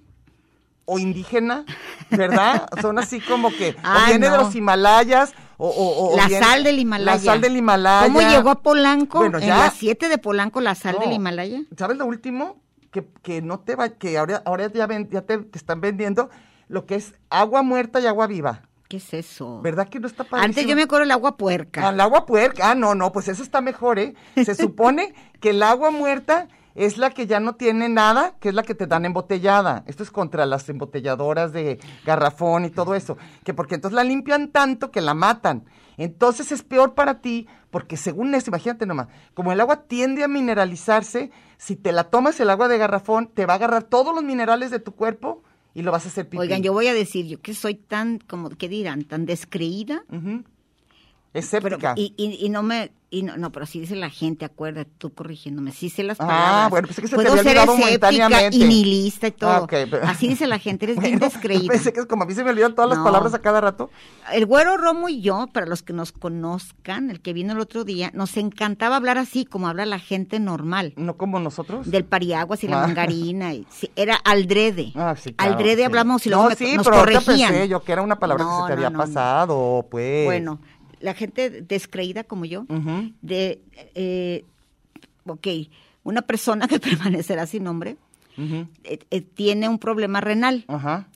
Speaker 5: o indígena, ¿verdad? Son así como que
Speaker 2: Ah,
Speaker 5: o viene de
Speaker 2: no.
Speaker 5: los Himalayas o, o- o
Speaker 2: la
Speaker 5: viene-
Speaker 2: sal del Himalaya.
Speaker 5: La sal del Himalaya.
Speaker 2: ¿Cómo llegó a Polanco?
Speaker 5: Bueno,
Speaker 2: en
Speaker 5: ya.
Speaker 2: las 7 de Polanco, la sal
Speaker 5: No.
Speaker 2: del Himalaya.
Speaker 5: ¿Sabes lo último? que, que no te va, que ahora, ahora ya, ven- ya te, te están vendiendo lo que es agua muerta y agua viva.
Speaker 2: ¿Qué es eso?
Speaker 5: ¿Verdad que no está padrísimo?
Speaker 2: Antes yo me acuerdo el agua puerca.
Speaker 5: Al agua puerca, ah, no, no, pues eso está mejor, ¿eh? Se supone que el agua muerta es la que ya no tiene nada, que es la que te dan embotellada. Esto es contra las embotelladoras de garrafón y todo eso, que porque entonces la limpian tanto que la matan. Entonces es peor para ti, porque según eso, imagínate nomás, como el agua tiende a mineralizarse, si te la tomas el agua de garrafón, te va a agarrar todos los minerales de tu cuerpo y lo vas a hacer pipí.
Speaker 2: Oigan, yo voy a decir, yo que soy tan, como, ¿qué dirán? Tan descreída.
Speaker 5: Ujú.
Speaker 2: Pero,
Speaker 5: Escéptica.
Speaker 2: y, y, y no me, y no, no, pero sí dice la gente, acuérdate, tú corrigiéndome, sí sé las
Speaker 5: Ah,
Speaker 2: palabras.
Speaker 5: bueno, pensé que se te
Speaker 2: Puedo
Speaker 5: había
Speaker 2: ser
Speaker 5: olvidado
Speaker 2: escéptica
Speaker 5: momentáneamente.
Speaker 2: y nihilista y todo.
Speaker 5: Ah, ok, pero-
Speaker 2: Así dice la gente, eres bien
Speaker 5: Bueno,
Speaker 2: descreída.
Speaker 5: Pensé que es como a mí se me olvidan todas las
Speaker 2: No.
Speaker 5: palabras a cada rato.
Speaker 2: El güero Romo y yo, para los que nos conozcan, el que vino el otro día, nos encantaba hablar así, como habla la gente normal,
Speaker 5: No como nosotros.
Speaker 2: del pariaguas y la
Speaker 5: Ah.
Speaker 2: mangarina. y- sí, era aldrede.
Speaker 5: Ah, sí, claro,
Speaker 2: aldrede
Speaker 5: sí.
Speaker 2: hablamos y
Speaker 5: No,
Speaker 2: luego me-
Speaker 5: sí,
Speaker 2: nos
Speaker 5: pero ahorita
Speaker 2: corregían.
Speaker 5: pensé yo que era una palabra que
Speaker 2: No,
Speaker 5: se te
Speaker 2: no,
Speaker 5: había
Speaker 2: no, no.
Speaker 5: pasado, pues.
Speaker 2: Bueno, la gente descreída como yo,
Speaker 5: Ujú.
Speaker 2: de, eh, ok, una persona que permanecerá sin nombre
Speaker 5: Ujú.
Speaker 2: eh, eh, tiene un problema renal
Speaker 5: Ajá.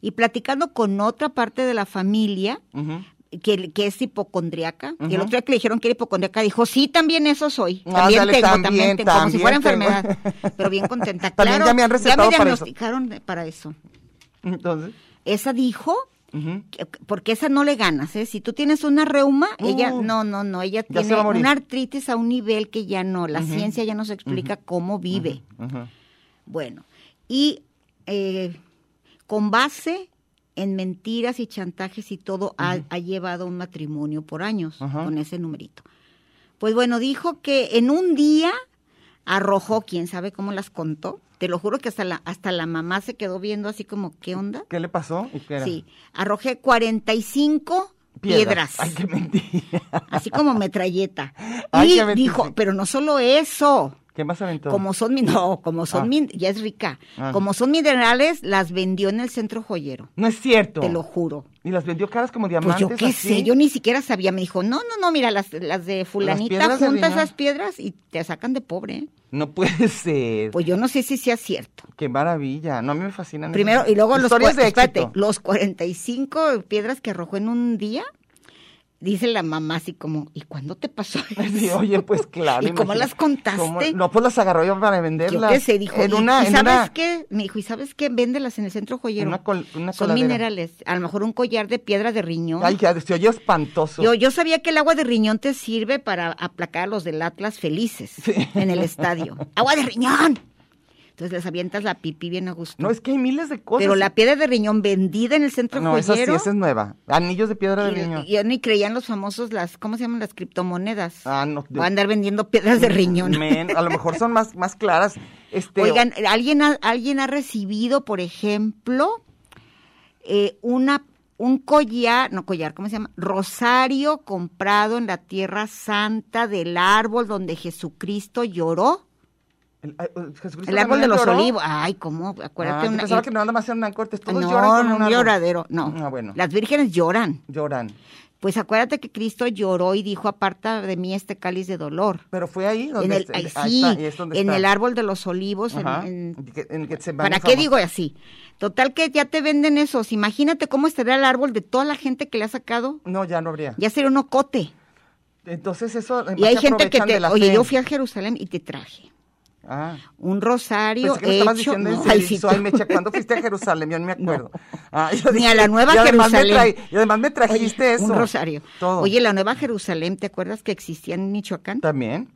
Speaker 2: y platicando con otra parte de la familia
Speaker 5: ujú.
Speaker 2: que, que es hipocondriaca, y el
Speaker 5: Ujú.
Speaker 2: otro día que le dijeron que era hipocondriaca, dijo, sí, también eso soy.
Speaker 5: Ah,
Speaker 2: También
Speaker 5: dale,
Speaker 2: tengo,
Speaker 5: también,
Speaker 2: también tengo, como si
Speaker 5: también
Speaker 2: fuera
Speaker 5: tengo.
Speaker 2: enfermedad. Pero bien contenta.
Speaker 5: También
Speaker 2: claro,
Speaker 5: ya me han recetado para eso.
Speaker 2: diagnosticaron de- para eso.
Speaker 5: Entonces.
Speaker 2: Esa dijo
Speaker 5: ujú.
Speaker 2: que- porque esa no le ganas, ¿eh? Si tú tienes una reuma,
Speaker 5: Uh,
Speaker 2: ella, no, no, no, ella
Speaker 5: ya se
Speaker 2: tiene
Speaker 5: va a morir.
Speaker 2: una artritis a un nivel que ya no, la ciencia ya nos explica cómo vive.
Speaker 5: Ujú.
Speaker 2: Bueno, y eh, con base en mentiras y chantajes y todo, ha, ha llevado un matrimonio por años
Speaker 5: Ajá.
Speaker 2: con ese numerito. Pues bueno, dijo que en un día arrojó, quién sabe cómo las contó, te lo juro que hasta la, hasta la mamá se quedó viendo así como, ¿qué onda?
Speaker 5: ¿Qué le pasó? ¿Y qué era?
Speaker 2: Sí, arrojé 45 piedras,
Speaker 5: Ay, qué mentira.
Speaker 2: así como metralleta.
Speaker 5: Ay,
Speaker 2: y
Speaker 5: qué mentira.
Speaker 2: dijo, pero no solo eso,
Speaker 5: ¿Qué más aventó?
Speaker 2: como son mi- no, como son
Speaker 5: Ah.
Speaker 2: min- ya es rica,
Speaker 5: Ah.
Speaker 2: como son minerales, las vendió en el centro joyero,
Speaker 5: No es cierto.
Speaker 2: te lo juro.
Speaker 5: Y las vendió caras como
Speaker 2: Pues
Speaker 5: diamantes.
Speaker 2: yo qué
Speaker 5: así.
Speaker 2: sé, yo ni siquiera sabía. Me dijo, no, no, no, mira, las, las de fulanita,
Speaker 5: piedras de
Speaker 2: junta
Speaker 5: riñón.
Speaker 2: esas piedras y te sacan de pobre. ¿eh?
Speaker 5: No puede ser.
Speaker 2: Pues yo no sé si sea cierto.
Speaker 5: Qué maravilla. No, a mí me fascinan.
Speaker 2: Primero,
Speaker 5: esas
Speaker 2: y luego los,
Speaker 5: Historias
Speaker 2: cua-
Speaker 5: de
Speaker 2: espérate,
Speaker 5: éxito.
Speaker 2: los 45 piedras que arrojó en un día, dice la mamá así como, ¿y cuándo te pasó eso?
Speaker 5: Sí, oye, pues claro.
Speaker 2: ¿Y cómo
Speaker 5: imagínate.
Speaker 2: las contaste?
Speaker 5: ¿Cómo? No, pues las agarró yo para venderlas.
Speaker 2: Yo qué sé, dijo,
Speaker 5: En
Speaker 2: ¿y,
Speaker 5: una,
Speaker 2: y
Speaker 5: en
Speaker 2: sabes
Speaker 5: una-
Speaker 2: qué? Me dijo, ¿y sabes qué? Véndelas en el centro joyero.
Speaker 5: Una col- una
Speaker 2: Son
Speaker 5: coladera.
Speaker 2: minerales, a lo mejor un collar de piedra de riñón.
Speaker 5: Ay, ya, se oye espantoso.
Speaker 2: yo, yo sabía que el agua de riñón te sirve para aplacar a los del Atlas felices en el estadio. ¡Agua de riñón! Entonces les avientas la pipí bien a gusto.
Speaker 5: No, es que hay miles de cosas.
Speaker 2: Pero la piedra de riñón vendida en el centro
Speaker 5: No, esa sí,
Speaker 2: joyero.
Speaker 5: esa es nueva. Anillos de piedra de
Speaker 2: y-
Speaker 5: riñón.
Speaker 2: y Yo ni creían los famosos, las, ¿cómo se llaman las criptomonedas?
Speaker 5: Ah, no.
Speaker 2: Voy a andar vendiendo piedras de riñón.
Speaker 5: Men, a lo mejor son más, más claras. Este,
Speaker 2: Oigan, ¿alguien ha, alguien ha recibido, por ejemplo, eh, una un collar, no collar, ¿cómo se llama? Rosario comprado en la Tierra Santa del árbol donde Jesucristo lloró.
Speaker 5: el- ay, oh, Jesucristo
Speaker 2: El árbol de
Speaker 5: también
Speaker 2: los
Speaker 5: lloró.
Speaker 2: olivos. Ay, ¿cómo?
Speaker 5: Ah,
Speaker 2: Acuérdate
Speaker 5: yo
Speaker 2: una-
Speaker 5: pensaba que no nada más eran cortes. Todos
Speaker 2: no,
Speaker 5: lloran. con
Speaker 2: no,
Speaker 5: un
Speaker 2: un
Speaker 5: árbol.
Speaker 2: lloradero, no.
Speaker 5: Ah, bueno.
Speaker 2: Las vírgenes lloran.
Speaker 5: Lloran.
Speaker 2: Pues acuérdate que Cristo lloró y dijo, aparta de mí este cáliz de dolor.
Speaker 5: Pero fue ahí donde.
Speaker 2: En el,
Speaker 5: este-
Speaker 2: ay,
Speaker 5: ahí
Speaker 2: sí,
Speaker 5: está, ahí es donde
Speaker 2: en
Speaker 5: está.
Speaker 2: el árbol de los olivos, en-
Speaker 5: Ajá.
Speaker 2: en
Speaker 5: Que- en Getsemani,
Speaker 2: ¿Para qué
Speaker 5: famo-
Speaker 2: digo así? Total que ya te venden esos. Imagínate cómo estaría el árbol de toda la gente que le ha sacado.
Speaker 5: No, ya no habría.
Speaker 2: Ya sería un ocote.
Speaker 5: Entonces, eso.
Speaker 2: Y hay gente que
Speaker 5: aprovechan de
Speaker 2: te...
Speaker 5: la
Speaker 2: Oye,
Speaker 5: fe.
Speaker 2: yo fui a Jerusalén y te traje
Speaker 5: Ah.
Speaker 2: un rosario
Speaker 5: Pensé que me estabas
Speaker 2: hecho...
Speaker 5: diciendo
Speaker 2: no,
Speaker 5: en
Speaker 2: ay,
Speaker 5: Cerizo.
Speaker 2: sí, tú.
Speaker 5: Ay, Mecha, ¿cuándo fuiste a Jerusalén? Yo no me acuerdo. Ah, yo
Speaker 2: Ni
Speaker 5: dije-
Speaker 2: a la Nueva
Speaker 5: y además me
Speaker 2: Jerusalén.
Speaker 5: traí- y además me trajiste
Speaker 2: Oye,
Speaker 5: eso.
Speaker 2: Un rosario.
Speaker 5: Todo.
Speaker 2: Oye, la Nueva Jerusalén, ¿te acuerdas que existía en Michoacán?
Speaker 5: También.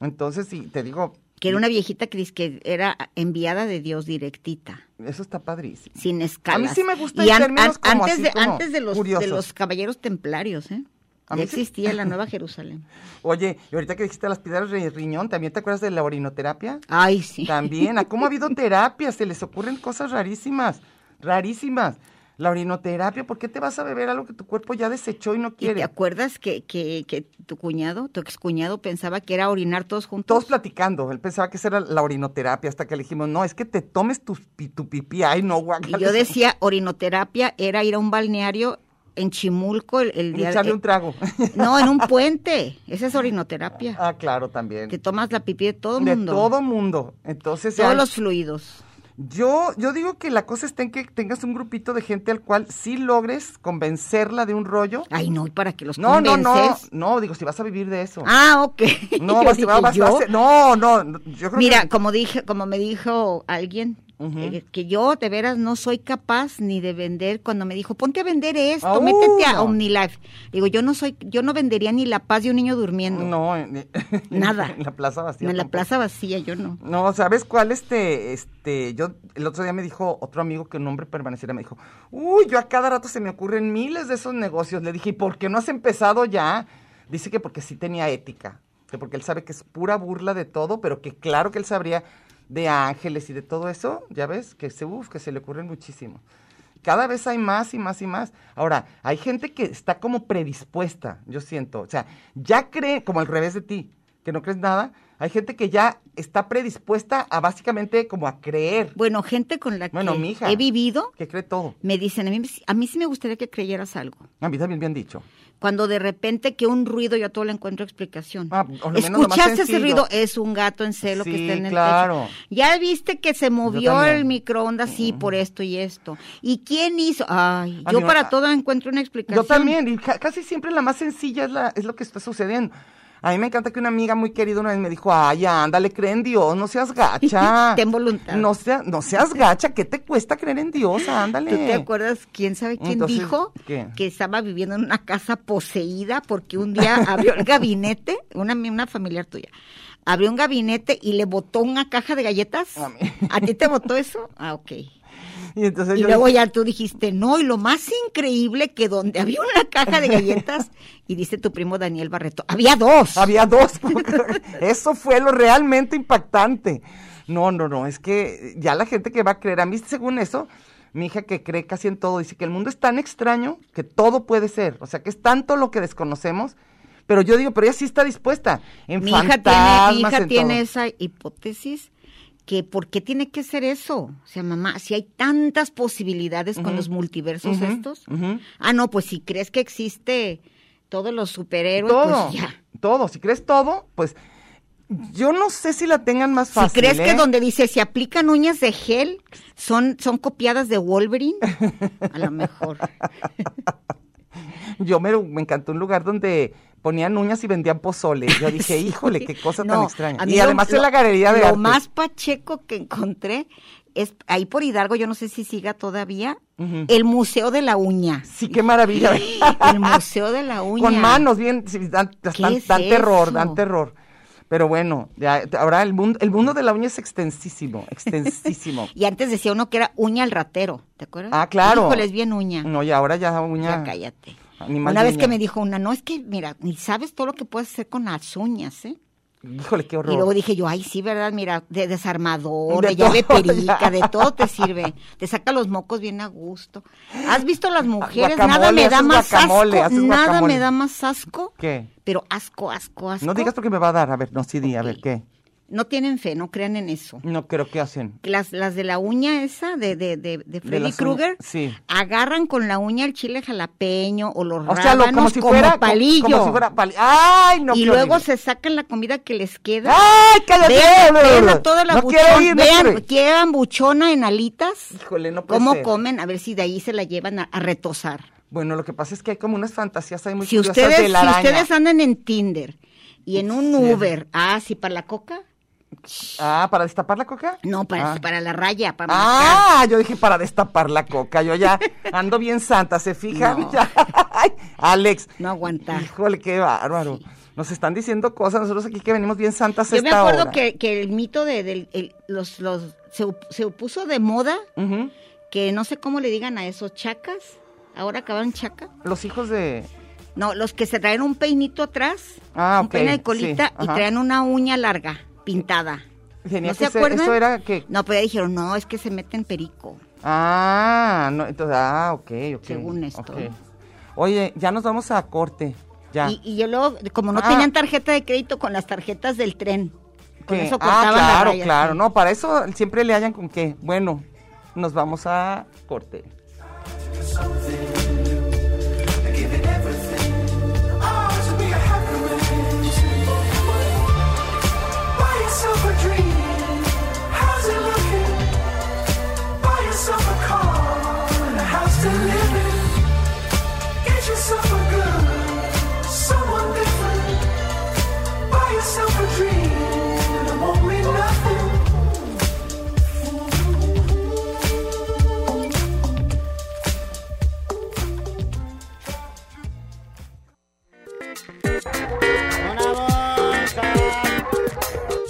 Speaker 5: Entonces, sí, te digo,
Speaker 2: Que era una viejita que dice que era enviada de Dios directita.
Speaker 5: eso está padrísimo.
Speaker 2: Sin escalas.
Speaker 5: A mí sí me gusta
Speaker 2: Y
Speaker 5: en
Speaker 2: an-
Speaker 5: términos
Speaker 2: an-
Speaker 5: como
Speaker 2: antes
Speaker 5: así,
Speaker 2: de
Speaker 5: como
Speaker 2: antes de los de
Speaker 5: curiosos.
Speaker 2: los caballeros templarios, ¿eh?
Speaker 5: A
Speaker 2: Ya
Speaker 5: mí sí-
Speaker 2: existía la Nueva Jerusalén.
Speaker 5: Oye, y ahorita que dijiste las piedras de riñón, ¿también te acuerdas de la orinoterapia?
Speaker 2: Ay, sí.
Speaker 5: También, ¿a cómo ha habido terapias? Se les ocurren cosas rarísimas, rarísimas. La orinoterapia, ¿por qué te vas a beber algo que tu cuerpo ya desechó y no
Speaker 2: ¿Y te
Speaker 5: quiere?
Speaker 2: acuerdas que, que, que tu cuñado, tu excuñado, pensaba que era orinar todos juntos?
Speaker 5: Todos platicando, él pensaba que esa era la orinoterapia hasta que le dijimos, no, es que te tomes tu, pi- tu pipí, ay no,
Speaker 2: y
Speaker 5: guacala.
Speaker 2: yo decía, orinoterapia era ir a un balneario en Chimulco el, el
Speaker 5: Y
Speaker 2: día
Speaker 5: echarle
Speaker 2: eh,
Speaker 5: un trago.
Speaker 2: No, en un puente. Esa es orinoterapia.
Speaker 5: Ah, claro, también.
Speaker 2: que tomas la pipí de todo el
Speaker 5: de
Speaker 2: mundo.
Speaker 5: todo mundo. Entonces,
Speaker 2: todos
Speaker 5: ay,
Speaker 2: los fluidos.
Speaker 5: yo, yo digo que la cosa está en que tengas un grupito de gente al cual sí logres convencerla de un rollo.
Speaker 2: Ay, no, ¿y para que los
Speaker 5: No, no, no,
Speaker 2: Ah, pues, convences?
Speaker 5: no, digo, si vas a vivir de eso.
Speaker 2: Ah, ok.
Speaker 5: no,
Speaker 2: Yo
Speaker 5: vas,
Speaker 2: dije,
Speaker 5: vas- vas-
Speaker 2: ¿yo?
Speaker 5: vas- no, no, no, yo creo
Speaker 2: Mira,
Speaker 5: que...
Speaker 2: como dije, como me dijo alguien,
Speaker 5: Ujú.
Speaker 2: eh, que yo de veras no soy capaz ni de vender, cuando me dijo, ponte a vender esto,
Speaker 5: Ah,
Speaker 2: métete a
Speaker 5: no.
Speaker 2: OmniLife. Digo, yo no soy, yo no vendería ni la paz de un niño durmiendo.
Speaker 5: No, en,
Speaker 2: Nada.
Speaker 5: En la plaza vacía.
Speaker 2: en la
Speaker 5: tampoco.
Speaker 2: plaza vacía, yo no.
Speaker 5: No, ¿sabes cuál? Este, este, yo, el otro día me dijo otro amigo que un hombre permaneciera, me dijo, uy, yo a cada rato se me ocurren miles de esos negocios. Le dije, ¿y por qué no has empezado ya? Dice que porque sí tenía ética, que porque él sabe que es pura burla de todo, pero que claro que él sabría de ángeles y de todo eso, ya ves, que se, uf, que se le ocurren muchísimo. Cada vez hay más y más y más. Ahora, hay gente que está como predispuesta, yo siento. O sea, ya cree, como al revés de ti, que no crees nada, hay gente que ya está predispuesta a básicamente como a creer,
Speaker 2: Bueno, gente con la
Speaker 5: Bueno,
Speaker 2: que
Speaker 5: mija.
Speaker 2: he vivido,
Speaker 5: que cree todo.
Speaker 2: me dicen, a mí, a mí sí me gustaría que creyeras algo.
Speaker 5: A mí también me han dicho.
Speaker 2: Cuando de repente que un ruido yo a todo le encuentro explicación.
Speaker 5: Ah, o lo menos lo más
Speaker 2: Escuchaste ese
Speaker 5: sencillo.
Speaker 2: ruido, es un gato en celo que
Speaker 5: Sí,
Speaker 2: está en el
Speaker 5: claro.
Speaker 2: techo. Ya viste que se movió
Speaker 5: también.
Speaker 2: el microondas, sí, por esto y esto. ¿Y quién hizo? Ay,
Speaker 5: A
Speaker 2: yo
Speaker 5: mí-
Speaker 2: para
Speaker 5: a-
Speaker 2: todo encuentro una explicación.
Speaker 5: Ah, Yo también, y ca- casi siempre la más sencilla es, la- es lo que está sucediendo. A mí me encanta que una amiga muy querida una vez me dijo, ay, ándale, cree en Dios, no seas gacha.
Speaker 2: Ten voluntad.
Speaker 5: No, sea- no seas gacha, ¿qué te cuesta creer en Dios? Ándale.
Speaker 2: ¿Tú te acuerdas quién sabe quién
Speaker 5: Eh. Entonces,
Speaker 2: dijo
Speaker 5: ¿qué?
Speaker 2: que estaba viviendo en una casa poseída porque un día abrió el gabinete, una, una familiar tuya, abrió un gabinete y le botó una caja de galletas?
Speaker 5: A mí.
Speaker 2: ¿A ti te botó eso? Ah, ok.
Speaker 5: Y entonces
Speaker 2: Y
Speaker 5: yo
Speaker 2: luego
Speaker 5: dije,
Speaker 2: ya tú dijiste, no, y lo más increíble que donde había una caja de galletas, y dice tu primo Daniel Barreto, había dos.
Speaker 5: había dos. Eso fue lo realmente impactante. No, no, no, es que ya la gente que va a creer, a mí según eso, mi hija que cree casi en todo, dice que el mundo es tan extraño que todo puede ser, o sea, que es tanto lo que desconocemos, pero yo digo, pero ella sí está dispuesta en
Speaker 2: mi hija tiene,
Speaker 5: fantasmas,
Speaker 2: mi hija
Speaker 5: en
Speaker 2: tiene
Speaker 5: todo.
Speaker 2: esa hipótesis que por qué tiene que ser eso. O sea, mamá, si hay tantas posibilidades con los multiversos
Speaker 5: Ujú,
Speaker 2: estos.
Speaker 5: ujú.
Speaker 2: Ah, no, pues si crees que existe todos los superhéroes,
Speaker 5: todo,
Speaker 2: pues ya.
Speaker 5: todo, si crees todo, pues yo no sé si la tengan más fácil.
Speaker 2: si crees que
Speaker 5: ¿eh?
Speaker 2: donde dice se aplican uñas de gel son, son copiadas de Wolverine, a lo mejor.
Speaker 5: Yo me, me encantó un lugar donde ponían uñas y vendían pozole. Yo dije,
Speaker 2: Sí.
Speaker 5: híjole, qué cosa
Speaker 2: No,
Speaker 5: tan extraña.
Speaker 2: a mí
Speaker 5: Y
Speaker 2: lo-
Speaker 5: además
Speaker 2: lo-
Speaker 5: es la galería de
Speaker 2: Lo
Speaker 5: arte.
Speaker 2: más pacheco que encontré es ahí por Hidalgo, yo no sé si siga todavía,
Speaker 5: Ujú.
Speaker 2: el Museo de la Uña.
Speaker 5: Sí, qué maravilla.
Speaker 2: El Museo de la Uña.
Speaker 5: Con manos, bien, sí, dan, dan-
Speaker 2: es
Speaker 5: dan terror, dan
Speaker 2: eso?
Speaker 5: terror. Pero bueno, ya, ahora el mundo, el mundo de la uña es extensísimo, extensísimo.
Speaker 2: Y antes decía uno que era uña al ratero, ¿te acuerdas?
Speaker 5: Ah, claro.
Speaker 2: Híjole, es bien uña.
Speaker 5: No, y ahora ya uña.
Speaker 2: Ya cállate.
Speaker 5: Animal
Speaker 2: una
Speaker 5: de
Speaker 2: vez que
Speaker 5: uña.
Speaker 2: me dijo una, no, es que, mira, ni sabes todo lo que puedes hacer con las uñas, ¿eh?
Speaker 5: Híjole, qué horror.
Speaker 2: Y luego dije yo, ay, sí, ¿verdad? Mira, de desarmador,
Speaker 5: De
Speaker 2: de, llave
Speaker 5: todo,
Speaker 2: perica,
Speaker 5: ya.
Speaker 2: de todo te sirve. Te saca los mocos bien a gusto. ¿Has visto las mujeres?
Speaker 5: Ah, Guacamole,
Speaker 2: nada me da
Speaker 5: haces
Speaker 2: más
Speaker 5: guacamole,
Speaker 2: asco.
Speaker 5: haces
Speaker 2: Nada
Speaker 5: guacamole.
Speaker 2: me da más asco.
Speaker 5: ¿Qué?
Speaker 2: Pero asco, asco, asco.
Speaker 5: No digas porque me va a dar. A ver, no, sí, di, a ver, ¿qué?
Speaker 2: No tienen fe, no crean en eso.
Speaker 5: No creo que hacen.
Speaker 2: Las, las de la uña esa, de, de, de, de Freddy
Speaker 5: las uñas,
Speaker 2: Krueger,
Speaker 5: sí.
Speaker 2: agarran con la uña el chile jalapeño o los
Speaker 5: O sea, lo- como
Speaker 2: rábanos
Speaker 5: si fuera como-
Speaker 2: palillo.
Speaker 5: Como si fuera palillo. ¡Ay, no!
Speaker 2: y
Speaker 5: qué
Speaker 2: luego
Speaker 5: horrible. ¡Ah!
Speaker 2: se sacan la comida que les queda.
Speaker 5: ¡Ay, cállate!
Speaker 2: Vean, vean a toda la
Speaker 5: no quiero
Speaker 2: buchona-
Speaker 5: ir, no
Speaker 2: vean,
Speaker 5: quiero ir.
Speaker 2: llevan buchona en alitas.
Speaker 5: Híjole, no puede
Speaker 2: ¿Cómo
Speaker 5: ser.
Speaker 2: comen? A ver si de ahí se la llevan a, a retosar.
Speaker 5: Bueno, lo que pasa es que hay como unas fantasías ahí muy
Speaker 2: Si
Speaker 5: curiosas
Speaker 2: ustedes,
Speaker 5: de la
Speaker 2: si
Speaker 5: araña.
Speaker 2: ustedes andan en Tinder y en un
Speaker 5: Sí.
Speaker 2: Uber, ah, sí, para la coca.
Speaker 5: Ah, ¿para destapar la coca?
Speaker 2: No, para,
Speaker 5: Ah.
Speaker 2: para la raya, para marcar.
Speaker 5: Ah, yo dije para destapar la coca. Yo ya ando bien santa, ¿se fijan?
Speaker 2: No.
Speaker 5: Ya. Ay, Alex.
Speaker 2: No aguantar.
Speaker 5: Híjole, qué bárbaro. Nos están diciendo cosas, nosotros aquí que venimos bien santas a
Speaker 2: Yo me
Speaker 5: esta
Speaker 2: acuerdo
Speaker 5: hora.
Speaker 2: que, que el mito de, del- el- los, los se, op- se puso de moda
Speaker 5: Ujú.
Speaker 2: que no sé cómo le digan a esos chacas. Ahora acabaron chaca.
Speaker 5: Los hijos de...
Speaker 2: No, los que se traen un peinito atrás,
Speaker 5: Ah,
Speaker 2: un
Speaker 5: ok,
Speaker 2: peine
Speaker 5: sí,
Speaker 2: de colita y
Speaker 5: ajá.
Speaker 2: traen una uña larga, pintada.
Speaker 5: Tenía
Speaker 2: ¿No
Speaker 5: que
Speaker 2: se
Speaker 5: ser-
Speaker 2: acuerdan?
Speaker 5: Eso era que...
Speaker 2: No, pero ya dijeron, no, es que se meten perico.
Speaker 5: Ah, no, entonces, ah, ok, ok.
Speaker 2: Según esto.
Speaker 5: ok. Oye, ya nos vamos a corte, ya.
Speaker 2: Y, y yo luego, como no
Speaker 5: Ah.
Speaker 2: tenían tarjeta de crédito con las tarjetas del tren, con
Speaker 5: ¿Qué?
Speaker 2: eso
Speaker 5: ah,
Speaker 2: cortaban la
Speaker 5: claro,
Speaker 2: raya,
Speaker 5: claro,
Speaker 2: sí.
Speaker 5: no, para eso siempre le hayan con qué. Bueno, nos vamos a corte.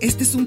Speaker 3: Este es un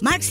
Speaker 6: Marx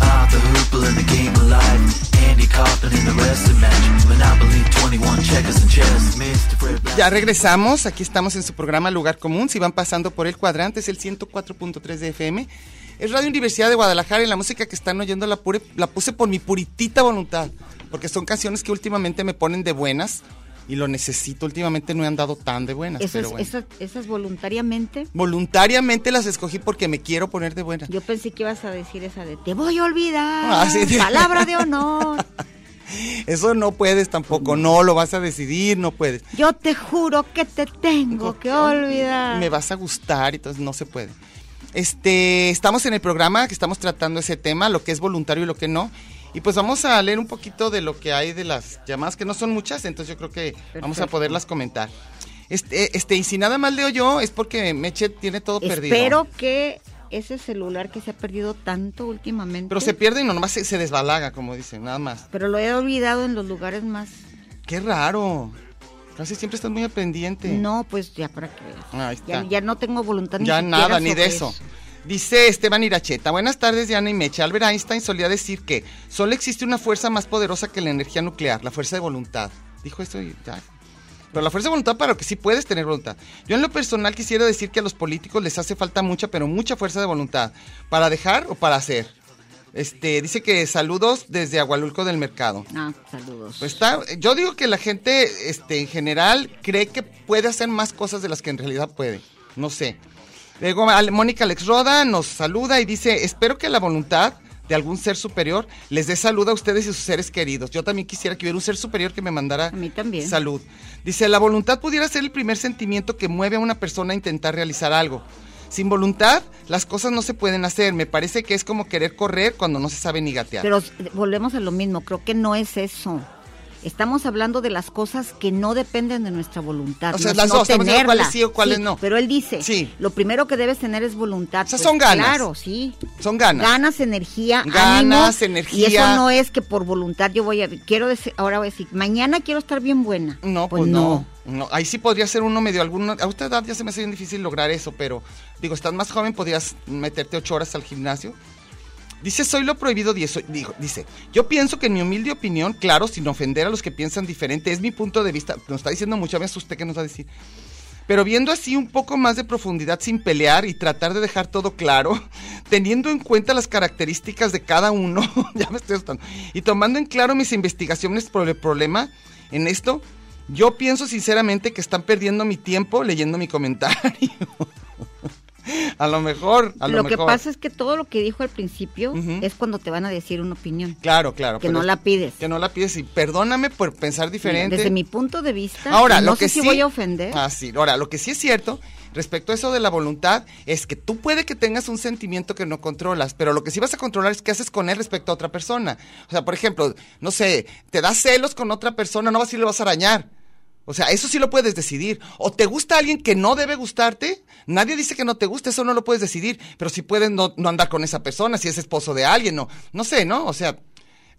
Speaker 7: Ah, the hoople and the game alive. Andy Kaufman in the wrestling match. Monopoly 21 checkers and chess. Mr. Fred Black.
Speaker 5: Ya regresamos, aquí estamos en su programa Lugar Común, si van pasando por el cuadrante, es el 104.3 de FM. Es Radio Universidad de Guadalajara y la música que están oyendo la, pure- la puse por mi puritita voluntad, porque son canciones que últimamente me ponen de buenas y lo necesito, últimamente no he andado tan de buenas.
Speaker 2: Eso
Speaker 5: Ah, pero
Speaker 2: es-
Speaker 5: bueno.
Speaker 2: eso- esas voluntariamente.
Speaker 5: Voluntariamente las escogí porque me quiero poner de buenas.
Speaker 2: Yo pensé que ibas a decir esa de te voy a olvidar.
Speaker 5: Ah, sí, sí.
Speaker 2: Palabra de honor.
Speaker 5: Eso no puedes tampoco, no lo vas a decidir, no puedes.
Speaker 2: Yo te juro que te tengo que olvidar.
Speaker 5: me vas a gustar y entonces no se puede. Este, estamos en el programa que estamos tratando ese tema, lo que es voluntario y lo que no. Y pues vamos a leer un poquito de lo que hay de las llamadas, que no son muchas, entonces yo creo que vamos a
Speaker 2: Perfecto.
Speaker 5: poderlas comentar. Este, este, y si nada más leo yo, es porque Meche tiene todo perdido.
Speaker 2: Espero que ese celular que se ha perdido tanto últimamente.
Speaker 5: Pero se pierde y no, nomás se, se desbalaga, como dicen, nada más.
Speaker 2: pero lo he olvidado en los lugares más.
Speaker 5: Qué raro. Casi siempre estás muy al pendiente.
Speaker 2: No, pues ya para que veas.
Speaker 5: Ahí
Speaker 2: Ya,
Speaker 5: está.
Speaker 2: ya no tengo voluntad ni
Speaker 5: Ya
Speaker 2: siquiera
Speaker 5: nada, ni
Speaker 2: sobre
Speaker 5: de eso. Dice Esteban Iracheta, buenas tardes Diana y Meche. Albert Einstein solía decir que solo existe una fuerza más poderosa que la energía nuclear, la fuerza de voluntad. Dijo esto y ya. Pero la fuerza de voluntad para lo que sí puedes tener voluntad. Yo en lo personal quisiera decir que a los políticos les hace falta mucha, pero mucha fuerza de voluntad. ¿Para dejar o para hacer? Este, dice que saludos desde Agualulco del Mercado.
Speaker 2: Ah, saludos.
Speaker 5: Pues está, yo digo que la gente este, en general cree que puede hacer más cosas de las que en realidad puede. No sé. Luego Ale- Mónica Alex Roda nos saluda y dice, espero que la voluntad de algún ser superior les dé salud a ustedes y a sus seres queridos. Yo también quisiera que hubiera un ser superior que me mandara
Speaker 2: A mí también.
Speaker 5: salud. Dice, la voluntad pudiera ser el primer sentimiento que mueve a una persona a intentar realizar algo. Sin voluntad, las cosas no se pueden hacer. Me parece que es como querer correr cuando no se sabe ni gatear.
Speaker 2: Pero s- volvemos a lo mismo, creo que no es eso. Estamos hablando de las cosas que no dependen de nuestra voluntad.
Speaker 5: O sea,
Speaker 2: no-
Speaker 5: las
Speaker 2: no
Speaker 5: dos, estamos diciendo
Speaker 2: tenerla.
Speaker 5: cuáles sí o cuáles no.
Speaker 2: Pero él dice,
Speaker 5: Sí.
Speaker 2: lo primero que debes tener es voluntad. pues
Speaker 5: O sea, son ganas.
Speaker 2: Claro, sí.
Speaker 5: Son ganas.
Speaker 2: Ganas, energía,
Speaker 5: Ganas,
Speaker 2: ánimo,
Speaker 5: energía.
Speaker 2: Y eso no es que por voluntad yo voy a, quiero decir, ahora voy a decir, mañana quiero estar bien buena.
Speaker 5: No, pues, no. No, Ahí sí podría ser uno medio alguno. A esta edad ya se me hace bien difícil lograr eso, pero digo, estás más joven, podrías meterte ocho horas al gimnasio. Dice, soy lo prohibido, di- soy- digo, dice, yo pienso que en mi humilde opinión, claro, sin ofender a los que piensan diferente, es mi punto de vista, nos está diciendo muchas veces usted que nos va a decir, pero viendo así un poco más de profundidad sin pelear y tratar de dejar todo claro, teniendo en cuenta las características de cada uno, ya me estoy asustando, y tomando en claro mis investigaciones por el problema en esto, yo pienso sinceramente que están perdiendo mi tiempo leyendo mi comentario. a lo mejor, a lo,
Speaker 2: Lo, que
Speaker 5: mejor.
Speaker 2: pasa es que todo lo que dijo al principio
Speaker 5: Ujú.
Speaker 2: es cuando te van a decir una opinión.
Speaker 5: Claro, claro.
Speaker 2: Que
Speaker 5: pero
Speaker 2: no la pides.
Speaker 5: Que no la pides y perdóname por pensar diferente.
Speaker 2: Desde mi punto de vista,
Speaker 5: Ahora,
Speaker 2: no
Speaker 5: lo que
Speaker 2: sé si
Speaker 5: sí-
Speaker 2: voy a ofender.
Speaker 5: Ah, sí. Ahora, lo que sí es cierto respecto a eso de la voluntad es que tú puede que tengas un sentimiento que no controlas, pero lo que sí vas a controlar es qué haces con él respecto a otra persona. O sea, por ejemplo, no sé, te das celos con otra persona, no vas y le vas a arañar. O sea, eso sí lo puedes decidir. O te gusta alguien que no debe gustarte. Nadie dice que no te gusta, eso no lo puedes decidir. Pero si puedes no, no andar con esa persona, si es esposo de alguien, no. No sé, ¿no? O sea,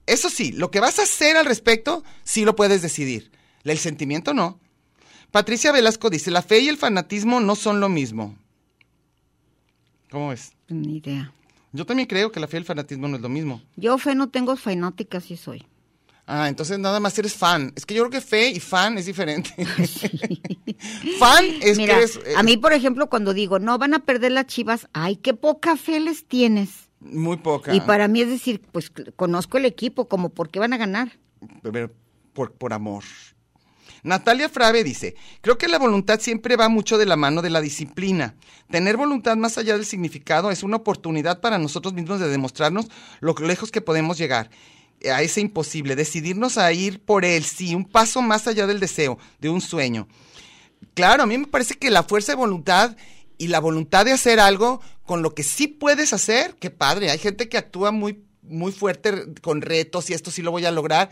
Speaker 5: eso sí, lo que vas a hacer al respecto, sí lo puedes decidir. El sentimiento no. Patricia Velasco dice, la fe y el fanatismo no son lo mismo. ¿Cómo es?
Speaker 2: Ni idea.
Speaker 5: Yo también creo que la fe y el fanatismo no es lo mismo.
Speaker 2: Yo fe no tengo fanática, sí soy.
Speaker 5: Ah, entonces nada más eres fan. Es que yo creo que fe y fan es diferente. fan es
Speaker 2: Mira,
Speaker 5: que eres... eh,
Speaker 2: a mí, por ejemplo, cuando digo, no, van a perder las chivas, ay, qué poca fe les tienes.
Speaker 5: Muy poca.
Speaker 2: Y para mí es decir, pues cl- conozco el equipo, como por qué van a ganar.
Speaker 5: pero por, por amor. Natalia Frave dice, creo que la voluntad siempre va mucho de la mano de la disciplina. Tener voluntad más allá del significado es una oportunidad para nosotros mismos de demostrarnos lo lejos que podemos llegar eh, a ese imposible, decidirnos a ir por él, sí, un paso más allá del deseo, de un sueño. Claro, a mí me parece que la fuerza de voluntad y la voluntad de hacer algo con lo que sí puedes hacer, qué padre. Hay gente que actúa muy, muy fuerte r- con retos y esto sí lo voy a lograr.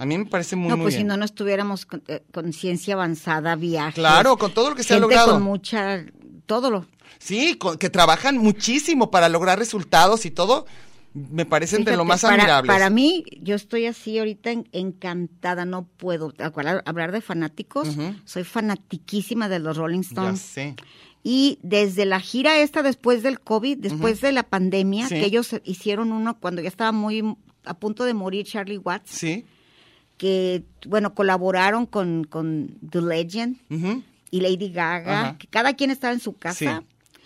Speaker 5: A mí me parece muy,
Speaker 2: no,
Speaker 5: muy
Speaker 2: pues
Speaker 5: bien.
Speaker 2: si no, no estuviéramos con eh, con ciencia avanzada, viajes.
Speaker 5: Claro, con todo lo que se ha
Speaker 2: gente
Speaker 5: logrado.
Speaker 2: con mucha, todo lo.
Speaker 5: Sí, con- que trabajan muchísimo para lograr resultados y todo. Me parecen de lo
Speaker 2: Fíjate,
Speaker 5: más
Speaker 2: para,
Speaker 5: admirables.
Speaker 2: Para mí, yo estoy así ahorita en- encantada, no puedo. ¿Te acuerdas? Hablar de fanáticos,
Speaker 5: Ujú.
Speaker 2: soy fanatiquísima de los Rolling
Speaker 5: ya
Speaker 2: Stones.
Speaker 5: sé.
Speaker 2: Y desde la gira esta después del COVID, después de la pandemia,
Speaker 5: Sí.
Speaker 2: que ellos hicieron uno cuando ya estaba muy a punto de morir Charlie Watts,
Speaker 5: Sí.
Speaker 2: que, bueno, colaboraron con, con The Legend
Speaker 5: ujú.
Speaker 2: y Lady Gaga,
Speaker 5: Ajá.
Speaker 2: que cada quien estaba en su casa.
Speaker 5: Sí.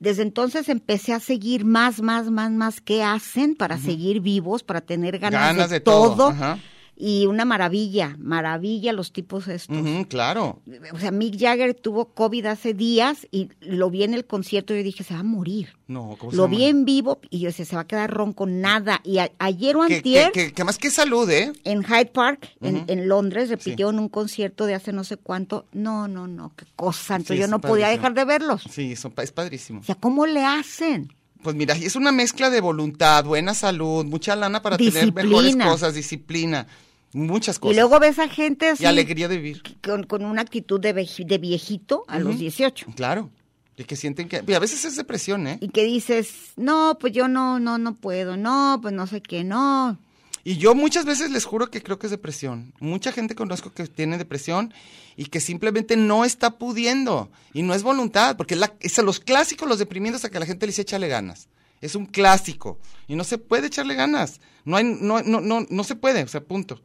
Speaker 2: Desde entonces empecé a seguir más, más, más, más qué hacen para seguir vivos, para tener ganas,
Speaker 5: Ganas
Speaker 2: de,
Speaker 5: de
Speaker 2: todo.
Speaker 5: todo, ajá.
Speaker 2: Y una maravilla, maravilla los tipos estos.
Speaker 5: Ujú, claro.
Speaker 2: O sea, Mick Jagger tuvo COVID hace días y lo vi en el concierto y yo dije, se va a morir.
Speaker 5: No, ¿cómo se
Speaker 2: Lo
Speaker 5: llama?
Speaker 2: vi en vivo y yo decía, se va a quedar ronco, nada. Y a- ayer o
Speaker 5: Que,
Speaker 2: antier,
Speaker 5: que, que- que más que salud, ¿eh?
Speaker 2: en Hyde Park, en, en Londres, repitió
Speaker 5: Sí.
Speaker 2: en un concierto de hace no sé cuánto. No, no, no, qué cosa. Entonces
Speaker 5: Sí,
Speaker 2: yo
Speaker 5: es
Speaker 2: no podía
Speaker 5: padrísimo.
Speaker 2: dejar de verlos.
Speaker 5: Sí, son pa- es padrísimo.
Speaker 2: O sea, ¿cómo le hacen?
Speaker 5: Pues mira, es una mezcla de voluntad, buena salud, mucha lana para tener mejores
Speaker 2: Disciplina.
Speaker 5: cosas, disciplina, muchas cosas.
Speaker 2: Y luego ves a gente
Speaker 5: Y
Speaker 2: así,
Speaker 5: alegría de vivir.
Speaker 2: con, con una actitud de, veji- de viejito a los
Speaker 5: Ujú.
Speaker 2: 18.
Speaker 5: Claro. Y que sienten que. Y a veces es depresión, ¿eh?
Speaker 2: Y que dices, no, pues yo no, no, no puedo, no, pues no sé qué, no.
Speaker 5: Y yo muchas veces les juro que creo que es depresión. Mucha gente conozco que tiene depresión y que simplemente no está pudiendo. Y no es voluntad, porque es la- es a los clásicos, los deprimidos, a que la gente le dice échale ganas. Es un clásico. Y no se puede echarle ganas. No, hay, no, no, no, no se puede, o sea, punto.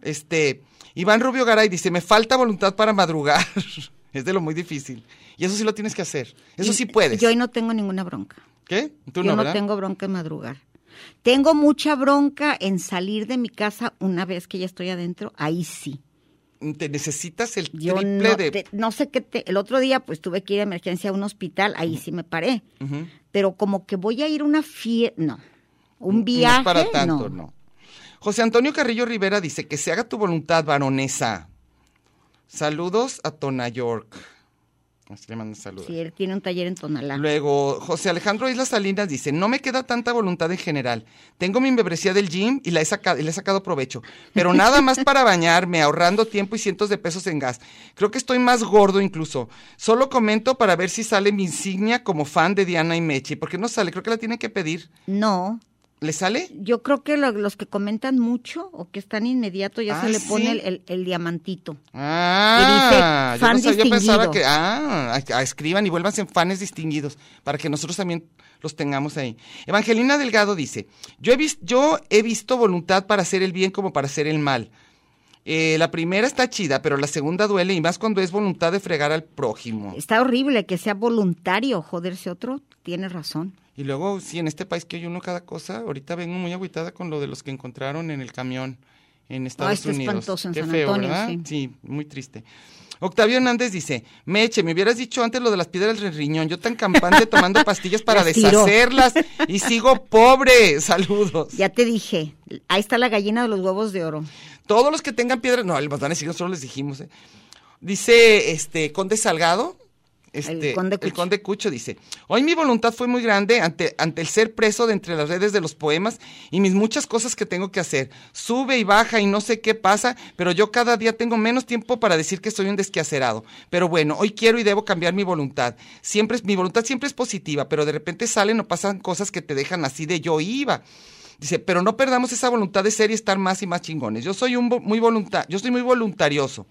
Speaker 5: Este, Iván Rubio Garay dice, me falta voluntad para madrugar. es de lo muy difícil. Y eso sí lo tienes que hacer. Eso
Speaker 2: Y-
Speaker 5: sí puedes.
Speaker 2: Yo ahí no tengo ninguna bronca.
Speaker 5: ¿Qué? Tú
Speaker 2: yo
Speaker 5: no,
Speaker 2: no
Speaker 5: ¿verdad?
Speaker 2: tengo bronca en madrugar. Tengo mucha bronca en salir de mi casa una vez que ya estoy adentro, ahí sí.
Speaker 5: Te necesitas el
Speaker 2: Yo
Speaker 5: triple
Speaker 2: no,
Speaker 5: de...
Speaker 2: te- no sé qué te- el otro día pues tuve que ir de emergencia a un hospital, ahí sí me paré.
Speaker 5: Ujú.
Speaker 2: Pero como que voy a ir a una fiesta, no. Un
Speaker 5: No es
Speaker 2: viaje,
Speaker 5: para tanto,
Speaker 2: no.
Speaker 5: no. José Antonio Carrillo Rivera dice que se haga tu voluntad, varonesa. Saludos a Tona York. Así le mando saludos.
Speaker 2: Sí, él tiene un taller en Tonalá.
Speaker 5: Luego, José Alejandro Islas Salinas dice, no me queda tanta voluntad en general. Tengo mi membresía del gym y la he sacado, le he sacado provecho. Pero nada más para bañarme, ahorrando tiempo y cientos de pesos en gas. Creo que estoy más gordo incluso. Solo comento para ver si sale mi insignia como fan de Diana y Mechi. ¿Por qué no sale? Creo que la tienen que pedir.
Speaker 2: No,
Speaker 5: ¿Le sale?
Speaker 2: yo creo que lo- los que comentan mucho o que están inmediato ya
Speaker 5: Ah,
Speaker 2: se le
Speaker 5: sí.
Speaker 2: pone el, el- el diamantito.
Speaker 5: Ah,
Speaker 2: Y dice,
Speaker 5: yo no
Speaker 2: "Fan
Speaker 5: sabía, yo pensaba
Speaker 2: distinguido".
Speaker 5: que ah, a- a- escriban y vuélvanse en fanes distinguidos para que nosotros también los tengamos ahí. Evangelina Delgado dice, yo he, vis- yo he visto voluntad para hacer el bien como para hacer el mal. Eh, la primera está chida, pero la segunda duele y más cuando es voluntad de fregar al prójimo.
Speaker 2: Está horrible que sea voluntario joderse otro, tienes razón.
Speaker 5: Y luego, sí, en este país que hay uno cada cosa, ahorita vengo muy agüitada con lo de los que encontraron en el camión en Estados
Speaker 2: está
Speaker 5: Unidos.
Speaker 2: espantoso en
Speaker 5: Qué
Speaker 2: San
Speaker 5: feo,
Speaker 2: Antonio,
Speaker 5: ¿verdad?
Speaker 2: sí.
Speaker 5: muy triste. Octavio Hernández dice, Meche, me hubieras dicho antes lo de las piedras del riñón, yo tan campante tomando pastillas para
Speaker 2: Las tiró.
Speaker 5: deshacerlas y sigo pobre. Saludos.
Speaker 2: Ya te dije, ahí está la gallina de los huevos de oro.
Speaker 5: Todos los que tengan piedras, no, los van a decir, nosotros les dijimos. ¿eh? Dice este Conde Salgado. Este,
Speaker 2: El Conde Cucho.
Speaker 5: Cucho dice, hoy mi voluntad fue muy grande ante, ante el ser preso de entre las redes de los poemas y mis muchas cosas que tengo que hacer. Sube y baja y no sé qué pasa, pero yo cada día tengo menos tiempo para decir que soy un desquacerado. Pero bueno, hoy quiero y debo cambiar mi voluntad. Siempre, es- mi voluntad siempre es positiva, pero de repente salen o pasan cosas que te dejan así de yo iba. Dice, pero no perdamos esa voluntad de ser y estar más y más chingones. Yo soy un vo- muy volunta- yo soy muy voluntarioso.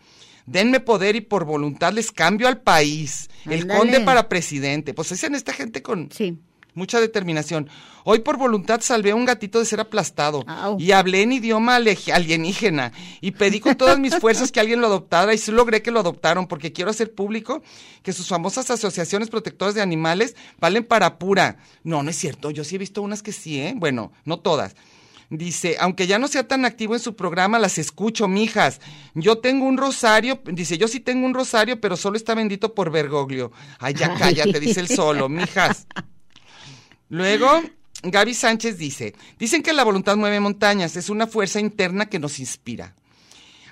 Speaker 5: denme poder y por voluntad les cambio al país. El
Speaker 2: Ándale.
Speaker 5: conde para presidente. Pues es en esta gente con
Speaker 2: Sí.
Speaker 5: mucha determinación. Hoy por voluntad salvé a un gatito de ser aplastado
Speaker 2: Au.
Speaker 5: y hablé en idioma ale- alienígena y pedí con todas mis fuerzas que alguien lo adoptara y sí logré que lo adoptaron porque quiero hacer público que sus famosas asociaciones protectoras de animales valen para pura. No, no es cierto, yo sí he visto unas que sí, ¿eh? Bueno, no todas. Dice, aunque ya no sea tan activo en su programa, las escucho, mijas. Yo tengo un rosario, dice, yo sí tengo un rosario, pero solo está bendito por Bergoglio. Ay, ya cállate, dice el solo, mijas. Luego, Gaby Sánchez dice, dicen que la voluntad mueve montañas, es una fuerza interna que nos inspira.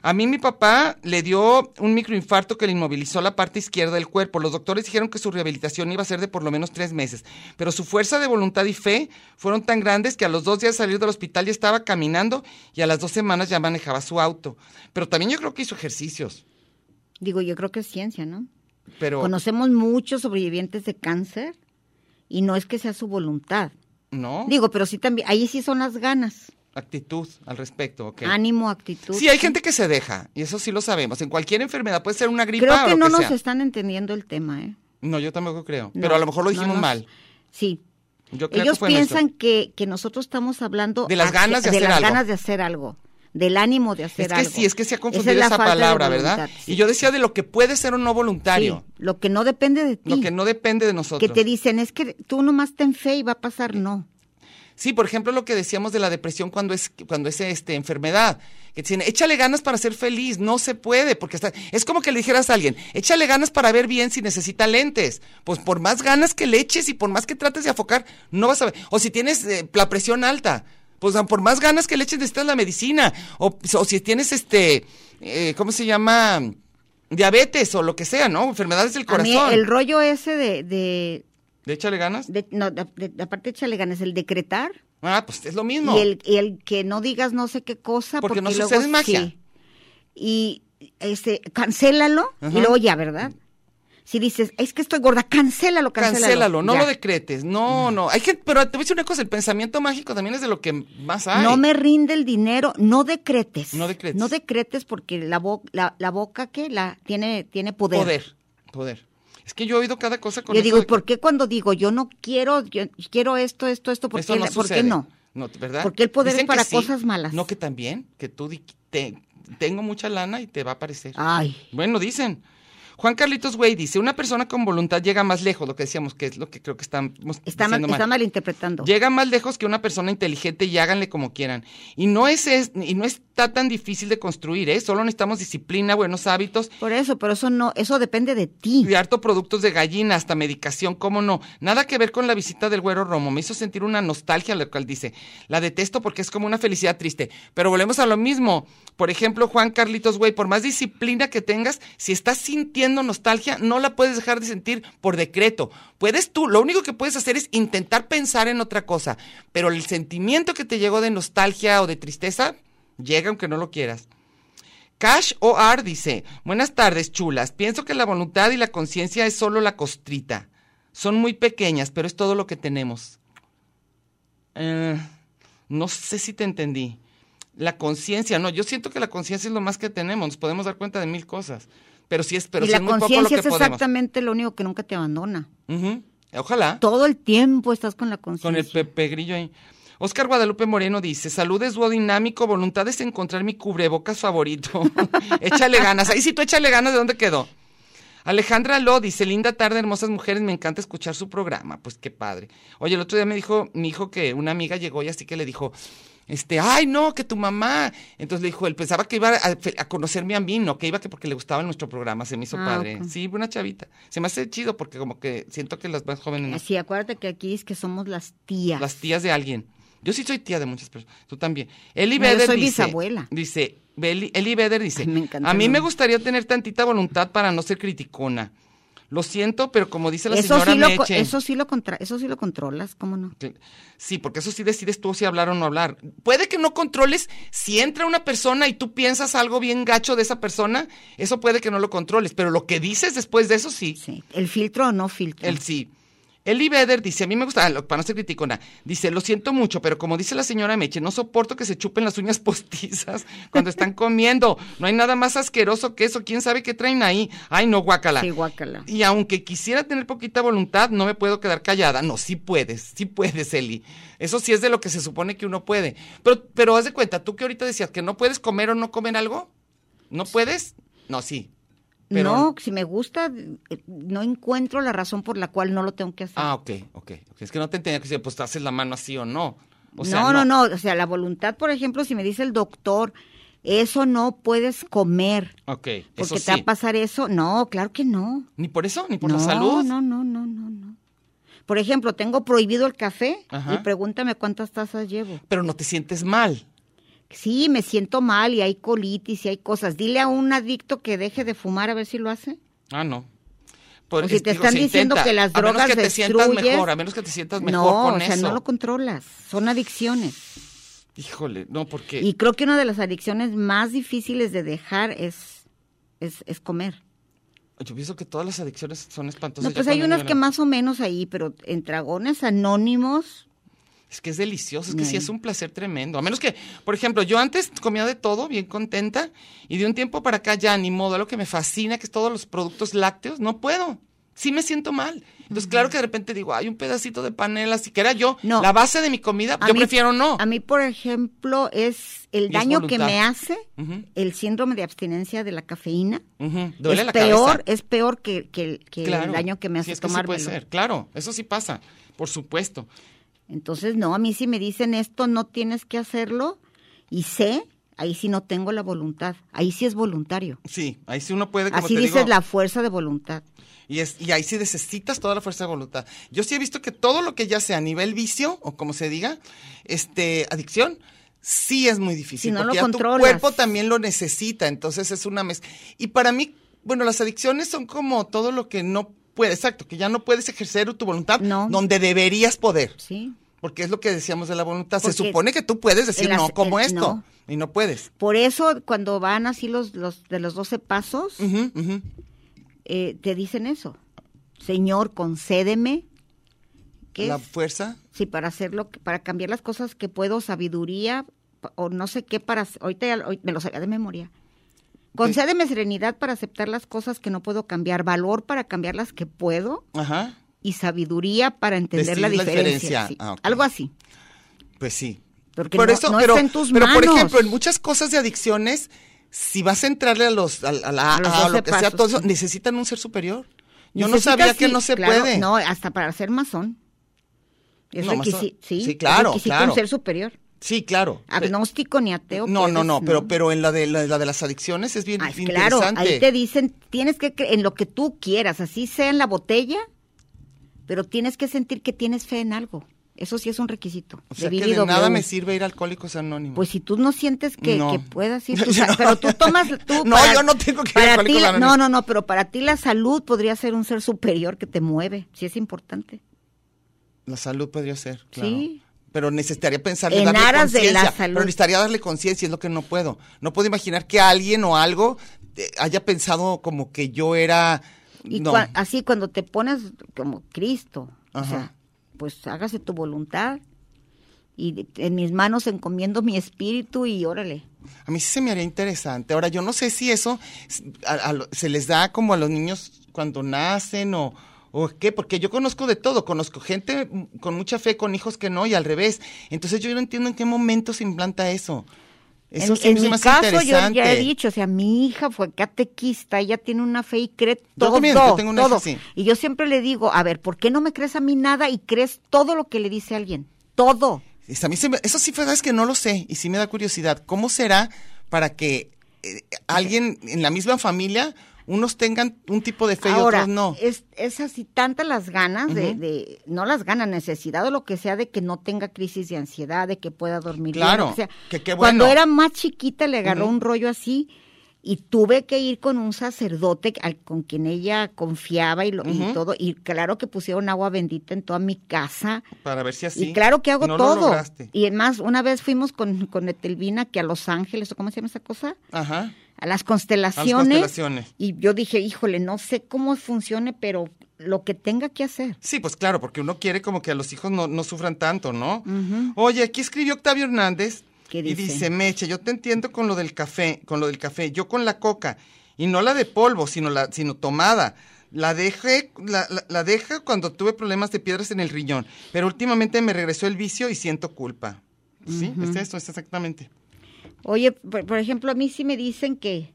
Speaker 5: A mí mi papá le dio un microinfarto que le inmovilizó la parte izquierda del cuerpo. Los doctores dijeron que su rehabilitación iba a ser de por lo menos tres meses, pero su fuerza de voluntad y fe fueron tan grandes que a los dos días de salir del hospital ya estaba caminando y a las dos semanas ya manejaba su auto. Pero también yo creo que hizo ejercicios.
Speaker 2: Digo, yo creo que es ciencia, ¿no?
Speaker 5: Pero
Speaker 2: Conocemos muchos sobrevivientes de cáncer y no es que sea su voluntad.
Speaker 5: no,
Speaker 2: Digo, pero sí también, ahí sí son las ganas,
Speaker 5: actitud al respecto. ok.
Speaker 2: ánimo, actitud.
Speaker 5: Sí, hay gente que se deja, y eso sí lo sabemos. En cualquier enfermedad puede ser una gripa
Speaker 2: Creo
Speaker 5: o
Speaker 2: que
Speaker 5: lo
Speaker 2: no
Speaker 5: que
Speaker 2: nos
Speaker 5: sea.
Speaker 2: están entendiendo el tema, ¿eh?
Speaker 5: No, yo tampoco creo.
Speaker 2: No,
Speaker 5: pero a lo mejor lo
Speaker 2: no
Speaker 5: dijimos
Speaker 2: nos-
Speaker 5: mal.
Speaker 2: Sí.
Speaker 5: Yo creo
Speaker 2: Ellos
Speaker 5: que fue
Speaker 2: piensan
Speaker 5: nuestro.
Speaker 2: que, que nosotros estamos hablando
Speaker 5: De las
Speaker 2: hacia-
Speaker 5: ganas de hacer
Speaker 2: las
Speaker 5: algo.
Speaker 2: ganas de hacer algo, del ánimo de hacer
Speaker 5: Es que
Speaker 2: algo.
Speaker 5: sí, es que se ha
Speaker 2: Esa
Speaker 5: confundido
Speaker 2: es la
Speaker 5: esa,
Speaker 2: falta de
Speaker 5: palabra, ¿verdad?
Speaker 2: voluntad,
Speaker 5: Y
Speaker 2: sí.
Speaker 5: yo decía de lo que puede ser o no voluntario,
Speaker 2: Sí, lo que no depende de ti.
Speaker 5: lo que no depende de
Speaker 2: que
Speaker 5: nosotros.
Speaker 2: te dicen es que tú nomás ten fe y va a pasar, no.
Speaker 5: Sí, por ejemplo, lo que decíamos de la depresión cuando es cuando es este enfermedad, que dicen, échale ganas para ser feliz, no se puede, porque hasta- es como que le dijeras a alguien, échale ganas para ver bien si necesita lentes. Pues por más ganas que le eches y por más que trates de afocar, no vas a ver. O si tienes eh, la presión alta, pues ah, por más ganas que le eches necesitas la medicina o, o si tienes este eh, ¿cómo se llama? diabetes o lo que sea, ¿no? Enfermedades del corazón.
Speaker 2: A mí el rollo ese de, de,
Speaker 5: ¿De échale ganas?
Speaker 2: de- no, de- de- aparte échale ganas, el decretar
Speaker 5: Ah, pues es lo mismo.
Speaker 2: y, el, y el que no digas no sé qué cosa.
Speaker 5: Porque
Speaker 2: Porque,
Speaker 5: no
Speaker 2: luego
Speaker 5: sucede magia.
Speaker 2: sí. Y este, cancélalo
Speaker 5: Ajá.
Speaker 2: y luego ya, ¿verdad? Si dices, es que estoy gorda, cancélalo, cancélalo.
Speaker 5: Cancélalo, no
Speaker 2: Ya.
Speaker 5: lo decretes. No, no. Hay gente, pero te voy a decir una cosa, el pensamiento mágico también es de lo que más hay.
Speaker 2: No me rinde el dinero, no decretes.
Speaker 5: No decretes.
Speaker 2: No decretes porque la, bo- la, la boca que la tiene, tiene poder.
Speaker 5: poder, poder. Es que yo he oído cada cosa con
Speaker 2: Yo
Speaker 5: eso
Speaker 2: digo,
Speaker 5: de
Speaker 2: ¿y por qué cuando digo yo no quiero, yo quiero esto, esto, esto,
Speaker 5: que
Speaker 2: ¿por,
Speaker 5: eso
Speaker 2: qué,
Speaker 5: no
Speaker 2: la- por qué
Speaker 5: sucede?
Speaker 2: no?
Speaker 5: No, ¿verdad?
Speaker 2: Porque el poder
Speaker 5: Dicen
Speaker 2: es para
Speaker 5: que sí.
Speaker 2: cosas malas.
Speaker 5: No que también, que tú di- te- tengo mucha lana y te va a aparecer.
Speaker 2: Ay,
Speaker 5: Bueno, dicen. Juan Carlitos Güey dice, una persona con voluntad llega más lejos, lo que decíamos que es lo que creo que estamos
Speaker 2: está, mal,
Speaker 5: diciendo mal.
Speaker 2: está malinterpretando.
Speaker 5: Llega más lejos que una persona inteligente y háganle como quieran. Y no es, es- y no está tan difícil de construir, ¿eh? Solo necesitamos disciplina, buenos hábitos
Speaker 2: Por eso, pero eso no, eso depende de ti.
Speaker 5: y harto productos de gallina, hasta medicación, cómo no. Nada que ver con la visita del güero Romo. Me hizo sentir una nostalgia, lo cual dice. La detesto porque es como una felicidad triste. Pero volvemos a lo mismo. Por ejemplo, Juan Carlitos, güey, por más disciplina que tengas, si estás sintiendo nostalgia, no la puedes dejar de sentir por decreto. Puedes tú, lo único que puedes hacer es intentar pensar en otra cosa. Pero el sentimiento que te llegó de nostalgia o de tristeza, llega aunque no lo quieras. Cash OR dice, buenas tardes chulas, pienso que la voluntad y la conciencia es solo la costrita. Son muy pequeñas, pero es todo lo que tenemos. Eh, no sé si te entendí. La conciencia, no, yo siento que la conciencia es lo más que tenemos, nos podemos dar cuenta de mil cosas, pero sí es, pero
Speaker 2: y
Speaker 5: sí
Speaker 2: la
Speaker 5: es muy poco lo que
Speaker 2: conciencia es
Speaker 5: podemos.
Speaker 2: exactamente lo único que nunca te abandona.
Speaker 5: Ujú, Ojalá.
Speaker 2: Todo el tiempo estás con la conciencia.
Speaker 5: Con el Pepe Grillo ahí. Oscar Guadalupe Moreno dice, salud es dinámico, voluntad es encontrar mi cubrebocas favorito. échale ganas. Ahí sí tú échale ganas, ¿de dónde quedó? Alejandra Lo dice, linda tarde, hermosas mujeres, me encanta escuchar su programa. Pues qué padre. Oye, el otro día me dijo mi hijo que una amiga llegó y así que le dijo, este, ay, no, que tu mamá. Entonces le dijo, él pensaba que iba a, a conocerme a mí, no, que iba que porque le gustaba nuestro programa, se me hizo
Speaker 2: Ah,
Speaker 5: padre.
Speaker 2: ok.
Speaker 5: Sí, una chavita. Se me hace chido porque como que siento que las más jóvenes... no.
Speaker 2: Sí, acuérdate que aquí es que somos las tías.
Speaker 5: Las tías de alguien. Yo sí soy tía de muchas personas. Tú también. Eli
Speaker 2: No, yo
Speaker 5: Beder
Speaker 2: soy
Speaker 5: dice.
Speaker 2: bisabuela.
Speaker 5: Dice. Beli- Eli Beder dice.
Speaker 2: Ay, me encanta
Speaker 5: a mí
Speaker 2: el
Speaker 5: me
Speaker 2: nombre".
Speaker 5: gustaría tener tantita voluntad para no ser criticona. Lo siento, pero como dice la
Speaker 2: eso,
Speaker 5: señora
Speaker 2: sí lo, co-
Speaker 5: Meche.
Speaker 2: eso, sí lo contra- eso sí lo controlas, ¿cómo no?
Speaker 5: Sí, porque eso sí decides tú si hablar o no hablar. Puede que no controles si entra una persona y tú piensas algo bien gacho de esa persona, eso puede que no lo controles, pero lo que dices después de eso sí.
Speaker 2: Sí. El filtro o no filtro.
Speaker 5: El sí. Ellie Vedder dice, a mí me gusta, ah, lo- para no ser criticona, dice, lo siento mucho, pero como dice la señora Meche, no soporto que se chupen las uñas postizas cuando están comiendo. No hay nada más asqueroso que eso. ¿Quién sabe qué traen ahí? Ay, no, guácala.
Speaker 2: Sí, guácala.
Speaker 5: Y aunque quisiera tener poquita voluntad, no me puedo quedar callada. No, sí puedes, sí puedes, Eli. Eso sí es de lo que se supone que uno puede. Pero, pero haz de cuenta, tú que ahorita decías que no puedes comer o no comer algo. ¿No puedes? No, sí. Pero-
Speaker 2: no, si me gusta, eh, no encuentro la razón por la cual no lo tengo que hacer.
Speaker 5: Ah, ok, ok. ok. Es que no te entendía que decir, pues te haces la mano así o no. O sea,
Speaker 2: no, no, no, O sea, la voluntad, por ejemplo, si me dice el doctor, eso no puedes comer
Speaker 5: Ok, eso
Speaker 2: porque te va
Speaker 5: sí.
Speaker 2: a pasar eso. No, claro que no.
Speaker 5: Ni por eso, ni por
Speaker 2: no,
Speaker 5: la salud.
Speaker 2: No, no, no, no, no. Por ejemplo, tengo prohibido el café
Speaker 5: Ajá.
Speaker 2: y pregúntame cuántas tazas llevo.
Speaker 5: Pero no te sientes mal.
Speaker 2: Sí, me siento mal y hay colitis y hay cosas. Dile a un adicto que deje de fumar a ver si lo hace.
Speaker 5: Ah, no. Por-
Speaker 2: O si
Speaker 5: es-
Speaker 2: te
Speaker 5: digo,
Speaker 2: están
Speaker 5: se
Speaker 2: diciendo que las
Speaker 5: A menos
Speaker 2: drogas
Speaker 5: que te sientas
Speaker 2: destruyen.
Speaker 5: mejor, a menos que te sientas mejor
Speaker 2: no,
Speaker 5: con
Speaker 2: o sea,
Speaker 5: eso.
Speaker 2: no lo controlas. Son adicciones.
Speaker 5: Híjole, no, porque...
Speaker 2: Y creo que una de las adicciones más difíciles de dejar es, es, es comer.
Speaker 5: Yo pienso que todas las adicciones son espantosas.
Speaker 2: no,
Speaker 5: ya
Speaker 2: pues hay
Speaker 5: cuando
Speaker 2: unas
Speaker 5: yo
Speaker 2: que
Speaker 5: la-
Speaker 2: más o menos ahí, pero en dragones anónimos,
Speaker 5: Es que es delicioso, es que sí
Speaker 2: Ay.
Speaker 5: es un placer tremendo. A menos que, por ejemplo, yo antes comía de todo, bien contenta, y de un tiempo para acá ya ni modo, lo que me fascina, que es todos los productos lácteos, no puedo. Sí me siento mal. Entonces, claro que de repente digo, hay un pedacito de panela, si que era yo,
Speaker 2: No.
Speaker 5: la base de mi comida,
Speaker 2: A
Speaker 5: yo
Speaker 2: mí-
Speaker 5: prefiero no.
Speaker 2: A mí, por ejemplo, es el
Speaker 5: Y es
Speaker 2: daño que
Speaker 5: voluntad.
Speaker 2: me hace
Speaker 5: Ujú,
Speaker 2: el síndrome de abstinencia de la cafeína.
Speaker 5: ujú, Duele
Speaker 2: es
Speaker 5: la
Speaker 2: peor,
Speaker 5: cabeza.
Speaker 2: es peor que, que el- que el
Speaker 5: Claro.
Speaker 2: daño que me
Speaker 5: Sí,
Speaker 2: hace
Speaker 5: es que sí
Speaker 2: tomar
Speaker 5: puede ser, claro, eso sí pasa, por supuesto.
Speaker 2: Entonces, no, a mí si me dicen esto no tienes que hacerlo y sé, ahí sí no tengo la voluntad, ahí sí es voluntario.
Speaker 5: Sí, ahí sí uno puede, como
Speaker 2: Así
Speaker 5: te
Speaker 2: dices
Speaker 5: digo,
Speaker 2: la fuerza de voluntad.
Speaker 5: Y, es, y ahí sí necesitas toda la fuerza de voluntad. Yo sí he visto que todo lo que ya sea a nivel vicio, o como se diga, este, adicción, sí es muy difícil.
Speaker 2: Si no lo
Speaker 5: porque ya
Speaker 2: controlas.
Speaker 5: tu cuerpo también lo necesita, entonces es una mezcla. Y para mí, bueno, las adicciones son como todo lo que no puedes, exacto, que ya no puedes ejercer tu voluntad
Speaker 2: No.
Speaker 5: donde deberías poder.
Speaker 2: Sí.
Speaker 5: Porque es lo que decíamos de la voluntad. se
Speaker 2: Porque eh,
Speaker 5: supone que tú puedes decir
Speaker 2: el
Speaker 5: no
Speaker 2: hace-
Speaker 5: como
Speaker 2: el-
Speaker 5: esto. Y no puedes.
Speaker 2: Por eso cuando van así los, los de los 12 pasos,
Speaker 5: Ujú, ujú.
Speaker 2: eh, te dicen eso. Señor, concédeme. ¿Qué
Speaker 5: La
Speaker 2: es?
Speaker 5: fuerza.
Speaker 2: Sí, para hacerlo, para cambiar las cosas que puedo, sabiduría pa- o no sé qué para... hacer- Ahorita ya- hoy me lo sabía de memoria. Concédeme serenidad para aceptar las cosas que no puedo cambiar, valor para cambiar las que puedo
Speaker 5: Ajá.
Speaker 2: y sabiduría para entender
Speaker 5: Decir
Speaker 2: la
Speaker 5: la
Speaker 2: diferencia.
Speaker 5: diferencia.
Speaker 2: sí.
Speaker 5: Ah, ok.
Speaker 2: Algo así.
Speaker 5: Pues sí.
Speaker 2: Porque
Speaker 5: Por
Speaker 2: no,
Speaker 5: eso,
Speaker 2: no
Speaker 5: pero,
Speaker 2: está en tus
Speaker 5: pero, por
Speaker 2: manos.
Speaker 5: ejemplo, en muchas cosas de adicciones, si vas a entrarle a los a, a la-
Speaker 2: A los
Speaker 5: a
Speaker 2: 12
Speaker 5: lo que sea
Speaker 2: pasos,
Speaker 5: todo eso,
Speaker 2: sí.
Speaker 5: necesitan un ser superior. Yo no
Speaker 2: Necesitas,
Speaker 5: sabía que
Speaker 2: sí,
Speaker 5: no se
Speaker 2: claro,
Speaker 5: puede.
Speaker 2: No, hasta para ser masón. Es
Speaker 5: No, masón.
Speaker 2: requisi- sí,
Speaker 5: Sí, claro,
Speaker 2: es requisito
Speaker 5: claro.
Speaker 2: un ser superior.
Speaker 5: Sí, claro.
Speaker 2: Ah, Agnóstico ni ateo.
Speaker 5: no, no,
Speaker 2: puedes,
Speaker 5: no, pero pero en la de la, la de las adicciones es bien
Speaker 2: Ay,
Speaker 5: interesante.
Speaker 2: claro, ahí te dicen, tienes que cre- en lo que tú quieras, así sea en la botella, pero tienes que sentir que tienes fe en algo. Eso sí es un requisito.
Speaker 5: o sea,
Speaker 2: de
Speaker 5: que de
Speaker 2: BBW.
Speaker 5: nada me sirve ir a alcohólicos anónimos.
Speaker 2: Pues si tú no sientes que,
Speaker 5: No.
Speaker 2: que puedas ir, tú
Speaker 5: Yo
Speaker 2: sa-
Speaker 5: no.
Speaker 2: pero tú tomas tú
Speaker 5: No, yo no tengo que ir a
Speaker 2: para ti,
Speaker 5: Alcohólicos
Speaker 2: la-
Speaker 5: Anónimos.
Speaker 2: No, no, no, pero para ti la salud podría ser un ser superior que te mueve, sí es importante.
Speaker 5: la salud podría ser, claro.
Speaker 2: Sí.
Speaker 5: Pero necesitaría pensarle,
Speaker 2: En
Speaker 5: darle
Speaker 2: aras de la
Speaker 5: conciencia.
Speaker 2: salud.
Speaker 5: Pero necesitaría darle conciencia, es lo que no puedo. No puedo imaginar que alguien o algo eh, haya pensado como que yo era
Speaker 2: Y
Speaker 5: no.
Speaker 2: cua- así cuando te pones como Cristo, o
Speaker 5: Ajá.
Speaker 2: sea, pues hágase tu voluntad y de- en mis manos encomiendo mi espíritu y órale.
Speaker 5: A mí sí se me haría interesante. Ahora, yo no sé si eso s- a- a lo- se les da como a los niños cuando nacen o, o qué, porque yo conozco de todo. Conozco gente mm, con mucha fe, con hijos que no, y al revés. Entonces, yo no entiendo en qué momento se implanta eso. Eso
Speaker 2: en
Speaker 5: sí
Speaker 2: en
Speaker 5: me
Speaker 2: mi
Speaker 5: hace
Speaker 2: caso, yo
Speaker 5: interesante.
Speaker 2: ya he dicho, o sea, mi hija fue catequista, ella tiene una fe y cree todo.
Speaker 5: Yo también, yo tengo una hija
Speaker 2: todo.
Speaker 5: así.
Speaker 2: Y yo siempre le digo, a ver, ¿por qué no me crees a mí nada y crees todo lo que le dice alguien? Todo.
Speaker 5: Es- a mí se me- eso sí, fue, es que no lo sé y sí me da curiosidad. ¿Cómo será para que eh, alguien en la misma familia, unos tengan un tipo de fe y
Speaker 2: Ahora, eh,
Speaker 5: otros no?
Speaker 2: es, es así tantas las ganas de,
Speaker 5: Ujú.
Speaker 2: de- no las ganas, necesidad o lo que sea de que no tenga crisis de ansiedad, de que pueda dormir.
Speaker 5: Claro,
Speaker 2: bien, o sea,
Speaker 5: que qué
Speaker 2: Cuando
Speaker 5: bueno.
Speaker 2: era más chiquita le agarró un rollo así y tuve que ir con un sacerdote al- con quien ella confiaba y, lo, y todo. Y claro que pusieron agua bendita en toda mi casa.
Speaker 5: para ver si así.
Speaker 2: Y claro que hago
Speaker 5: no lo
Speaker 2: todo.
Speaker 5: lograste.
Speaker 2: y además, una vez fuimos con, con Etelvina que a Los Ángeles, ¿o ¿cómo se llama esa cosa?
Speaker 5: Ajá.
Speaker 2: a las constelaciones.
Speaker 5: A las constelaciones.
Speaker 2: Y yo dije, híjole, no sé cómo funcione, pero lo que tenga que hacer.
Speaker 5: Sí, pues claro, porque uno quiere como que a los hijos no, no sufran tanto, ¿no? Oye, aquí escribió Octavio Hernández
Speaker 2: ¿Qué
Speaker 5: y
Speaker 2: dice?
Speaker 5: dice, Meche, yo te entiendo con lo del café, con lo del café, yo con la coca, y no la de polvo, sino la, sino tomada. La dejé, la, la- la deja cuando tuve problemas de piedras en el riñón, pero últimamente me regresó el vicio y siento culpa. Sí, es eso, es exactamente.
Speaker 2: Oye, por, por ejemplo, a mí sí me dicen que...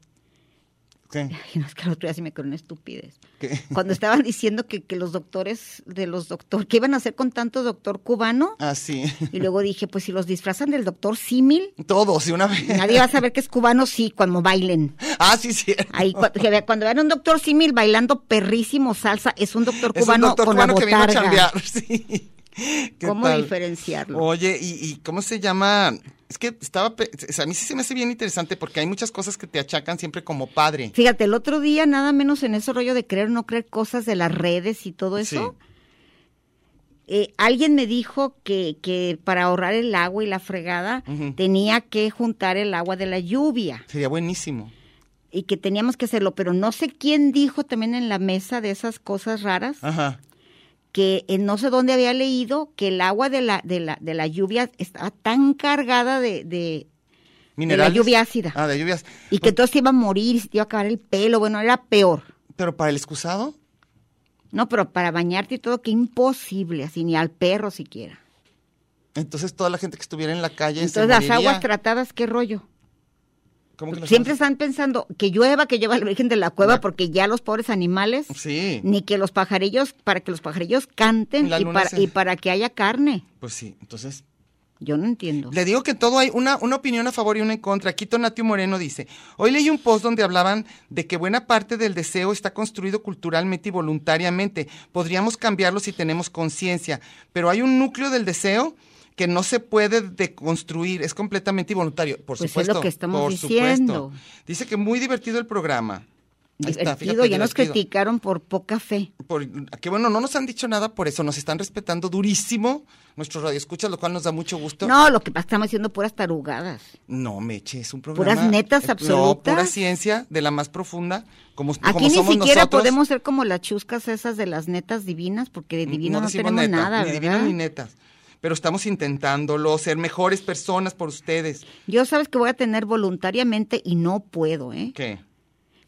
Speaker 5: ¿Qué?
Speaker 2: Ay, no, es que el otro día sí me quedó una estupidez.
Speaker 5: ¿Qué?
Speaker 2: Cuando estaban diciendo que, que los doctores de los doctores, ¿qué iban a hacer con tanto doctor cubano?
Speaker 5: Ah, sí.
Speaker 2: Y luego dije, pues si los disfrazan del doctor símil,
Speaker 5: Todo, sí, una vez.
Speaker 2: nadie va a saber que es cubano, sí, cuando bailen.
Speaker 5: Ah, sí, sí.
Speaker 2: Ahí, cua- que vea- cuando vean un doctor símil bailando perrísimo salsa, es un doctor
Speaker 5: Es un
Speaker 2: cubano
Speaker 5: doctor
Speaker 2: con
Speaker 5: cubano
Speaker 2: la
Speaker 5: que vino a
Speaker 2: botarga.
Speaker 5: chambear, sí. ¿Qué
Speaker 2: ¿Cómo
Speaker 5: tal?
Speaker 2: diferenciarlo?
Speaker 5: Oye, ¿y, y cómo se llama? Es que estaba, pe- o sea, a mí sí se me hace bien interesante porque hay muchas cosas que te achacan siempre como padre.
Speaker 2: Fíjate, el otro día, nada menos en ese rollo de creer o no creer cosas de las redes y todo eso, eh, alguien me dijo que, que para ahorrar el agua y la fregada
Speaker 5: Ujú.
Speaker 2: tenía que juntar el agua de la lluvia
Speaker 5: Sí, sería buenísimo.
Speaker 2: y que teníamos que hacerlo, pero no sé quién dijo también en la mesa de esas cosas raras
Speaker 5: Ajá.
Speaker 2: que en no sé dónde había leído que el agua de la, de la, de la lluvia estaba tan cargada de, de-
Speaker 5: Minerales.
Speaker 2: lluvia ácida.
Speaker 5: Ah, de lluvias.
Speaker 2: y que entonces te iba a morir, se te iba a acabar el pelo, bueno, era peor.
Speaker 5: Pero para el excusado,
Speaker 2: No, pero para bañarte y todo, que imposible, así ni al perro siquiera.
Speaker 5: entonces toda la gente que estuviera en la calle se
Speaker 2: Entonces las
Speaker 5: moriría.
Speaker 2: aguas tratadas, qué rollo.
Speaker 5: ¿Cómo que las
Speaker 2: Siempre
Speaker 5: aguas-
Speaker 2: están pensando que llueva, que llueva la Virgen de la Cueva,
Speaker 5: Ya.
Speaker 2: porque ya los pobres animales,
Speaker 5: Sí,
Speaker 2: ni que los pajarillos, para que los pajarillos canten
Speaker 5: La
Speaker 2: y
Speaker 5: luna
Speaker 2: para,
Speaker 5: se-
Speaker 2: y para que haya carne.
Speaker 5: pues sí. Entonces,
Speaker 2: Yo no entiendo.
Speaker 5: Le digo que en todo hay una, una opinión a favor y una en contra. Aquí Tonatio Moreno dice, hoy leí un post donde hablaban de que buena parte del deseo está construido culturalmente y voluntariamente. Podríamos cambiarlo si tenemos conciencia, pero hay un núcleo del deseo que no se puede deconstruir, es completamente involuntario, por
Speaker 2: Pues es
Speaker 5: supuesto.
Speaker 2: lo que estamos
Speaker 5: por
Speaker 2: diciendo.
Speaker 5: Supuesto. Dice que muy divertido el programa. Ahí
Speaker 2: divertido,
Speaker 5: está, fíjate,
Speaker 2: ya nos
Speaker 5: divertido.
Speaker 2: criticaron por poca fe.
Speaker 5: Por- que bueno, no nos han dicho nada por eso, nos están respetando durísimo nuestros radioescuchas, lo cual nos da mucho gusto.
Speaker 2: No, lo que pasa es que estamos haciendo puras tarugadas.
Speaker 5: No, Meche, es un programa.
Speaker 2: ¿Puras netas
Speaker 5: eh, No,
Speaker 2: absolutas?
Speaker 5: pura ciencia de la más profunda, como,
Speaker 2: Aquí
Speaker 5: como
Speaker 2: ni
Speaker 5: somos
Speaker 2: siquiera
Speaker 5: nosotros.
Speaker 2: podemos ser como las chuscas esas de las netas divinas, porque de divino no,
Speaker 5: decimos
Speaker 2: tenemos
Speaker 5: neta,
Speaker 2: nada,
Speaker 5: Ni
Speaker 2: ¿verdad?
Speaker 5: divinas ni netas. Pero estamos intentándolo, ser mejores personas por ustedes.
Speaker 2: Yo sabes que voy a tener voluntariamente y no puedo, ¿eh?
Speaker 5: ¿Qué?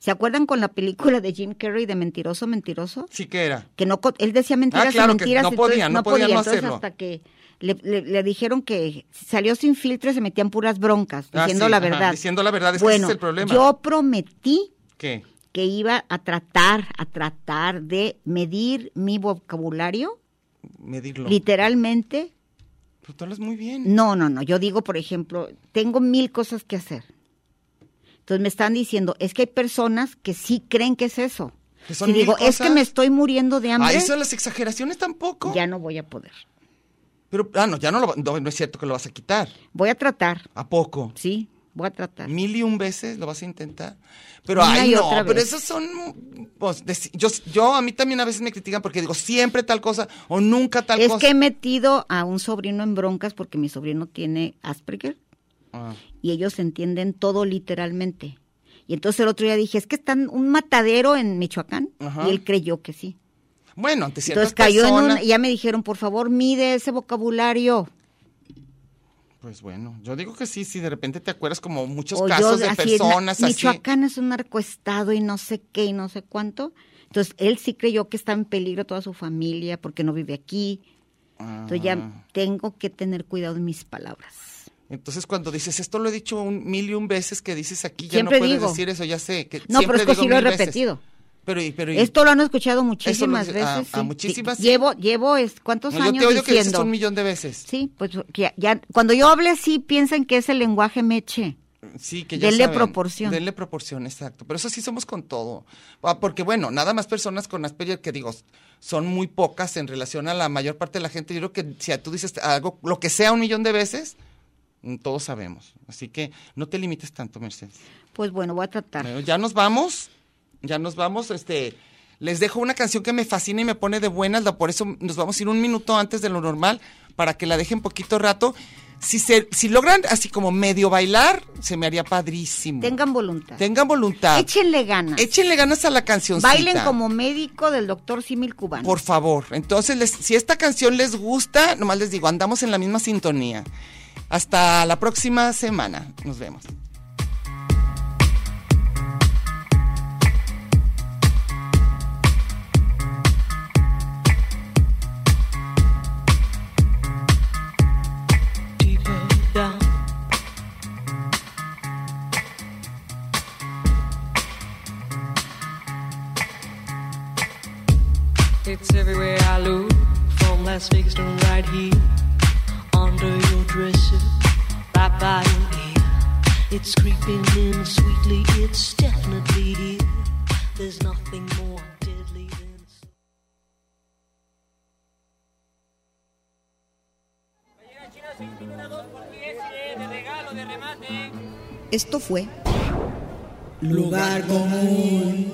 Speaker 2: ¿Se acuerdan con la película de Jim Carrey de Mentiroso, Mentiroso?
Speaker 5: Sí que era.
Speaker 2: Que no, co- él decía mentiras
Speaker 5: Ah, claro,
Speaker 2: y
Speaker 5: que
Speaker 2: mentiras.
Speaker 5: no
Speaker 2: y entonces
Speaker 5: podía, no podía no
Speaker 2: entonces
Speaker 5: hacerlo.
Speaker 2: hasta que le, le- le dijeron que salió sin filtro y se metían puras broncas,
Speaker 5: Ah,
Speaker 2: diciendo
Speaker 5: sí,
Speaker 2: la
Speaker 5: ajá,
Speaker 2: verdad.
Speaker 5: diciendo la verdad, es que
Speaker 2: bueno,
Speaker 5: ese es el problema.
Speaker 2: yo prometí
Speaker 5: ¿Qué?
Speaker 2: que iba a tratar, a tratar de medir mi vocabulario,
Speaker 5: Medirlo.
Speaker 2: literalmente.
Speaker 5: Pero tú hablas muy bien.
Speaker 2: No, no, no. Yo digo, por ejemplo, tengo mil cosas que hacer. Entonces me están diciendo, es que hay personas que sí creen que es eso.
Speaker 5: Que son
Speaker 2: Si
Speaker 5: mil
Speaker 2: digo, es que
Speaker 5: cosas".
Speaker 2: me estoy muriendo de
Speaker 5: Ah,
Speaker 2: hambre,
Speaker 5: eso las exageraciones tampoco.
Speaker 2: ya no voy a poder.
Speaker 5: Pero, ah, no, ya no lo va- no, no es cierto que lo vas a quitar.
Speaker 2: Voy a tratar,
Speaker 5: ¿A poco?
Speaker 2: sí, voy a tratar.
Speaker 5: Mil y un veces lo vas a intentar. Pero
Speaker 2: Una
Speaker 5: ay,
Speaker 2: y
Speaker 5: no,
Speaker 2: otra
Speaker 5: pero
Speaker 2: vez.
Speaker 5: esos son pues, deci- yo, yo a mí también a veces me critican porque digo siempre tal cosa o nunca tal
Speaker 2: es
Speaker 5: cosa.
Speaker 2: que he metido a un sobrino en broncas porque mi sobrino tiene Asperger
Speaker 5: Ah,
Speaker 2: y ellos entienden todo literalmente. Y entonces el otro día dije, es que están un matadero en Michoacán
Speaker 5: Ajá.
Speaker 2: y él creyó que sí.
Speaker 5: Bueno, ante ciertas
Speaker 2: Entonces cayó en
Speaker 5: personas-
Speaker 2: un, ya me dijeron, por favor, mide ese vocabulario.
Speaker 5: Pues bueno, yo digo que sí, si de repente te acuerdas como muchos
Speaker 2: O yo
Speaker 5: casos de
Speaker 2: así, na-
Speaker 5: personas así.
Speaker 2: Michoacán es un narcoestado y no sé qué y no sé cuánto. Entonces, él sí creyó que estaba en peligro toda su familia porque no vive aquí.
Speaker 5: Ah,
Speaker 2: Entonces, ya tengo que tener cuidado en mis palabras.
Speaker 5: entonces cuando dices esto lo he dicho un mil y un veces que dices aquí ya
Speaker 2: Siempre
Speaker 5: no puedes
Speaker 2: digo.
Speaker 5: decir eso, ya sé que
Speaker 2: No, pero
Speaker 5: siempre
Speaker 2: es que
Speaker 5: digo
Speaker 2: sí lo he
Speaker 5: mil veces.
Speaker 2: repetido.
Speaker 5: Pero y- pero y-
Speaker 2: Esto lo han escuchado muchísimas
Speaker 5: dice-
Speaker 2: veces.
Speaker 5: ah, ah,
Speaker 2: sí.
Speaker 5: muchísimas.
Speaker 2: Sí. Llevo, llevo, es, ¿cuántos
Speaker 5: No, yo
Speaker 2: años
Speaker 5: te oigo que dices
Speaker 2: diciendo?
Speaker 5: un millón de veces.
Speaker 2: Sí, pues que ya, ya- cuando yo hable así piensan que es el lenguaje meche.
Speaker 5: Sí, que ya
Speaker 2: Denle
Speaker 5: saben.
Speaker 2: proporción.
Speaker 5: Denle proporción, exacto. Pero eso sí somos con todo. Ah, Porque, bueno, nada más personas con Asperger que digo, son muy pocas en relación a la mayor parte de la gente. Yo creo que si tú dices algo, lo que sea un millón de veces, mm, todos sabemos. Así que no te limites tanto, Mercedes.
Speaker 2: Pues bueno, voy a tratar.
Speaker 5: Bueno, ya nos vamos. Ya nos vamos. Este. Les dejo una canción que me fascina y me pone de buenas, la- por eso nos vamos a ir un minuto antes de lo normal para que la dejen poquito rato. Si, se, si logran así como medio bailar, se me haría padrísimo.
Speaker 2: Tengan voluntad.
Speaker 5: Tengan voluntad.
Speaker 2: Échenle ganas.
Speaker 5: Échenle ganas a la canción.
Speaker 2: Bailen como médico del doctor Simil Cubano.
Speaker 5: Por favor. Entonces, les- si esta canción les gusta, nomás les digo, andamos en la misma sintonía. Hasta la próxima semana. Nos vemos.
Speaker 8: deeper down. It's everywhere I look, from Las Vegas to right here, under your dresser, right by your ear. It's creeping in sweetly, it's definitely here. There's nothing more deadly than.
Speaker 9: Esto fue
Speaker 3: Lugar común.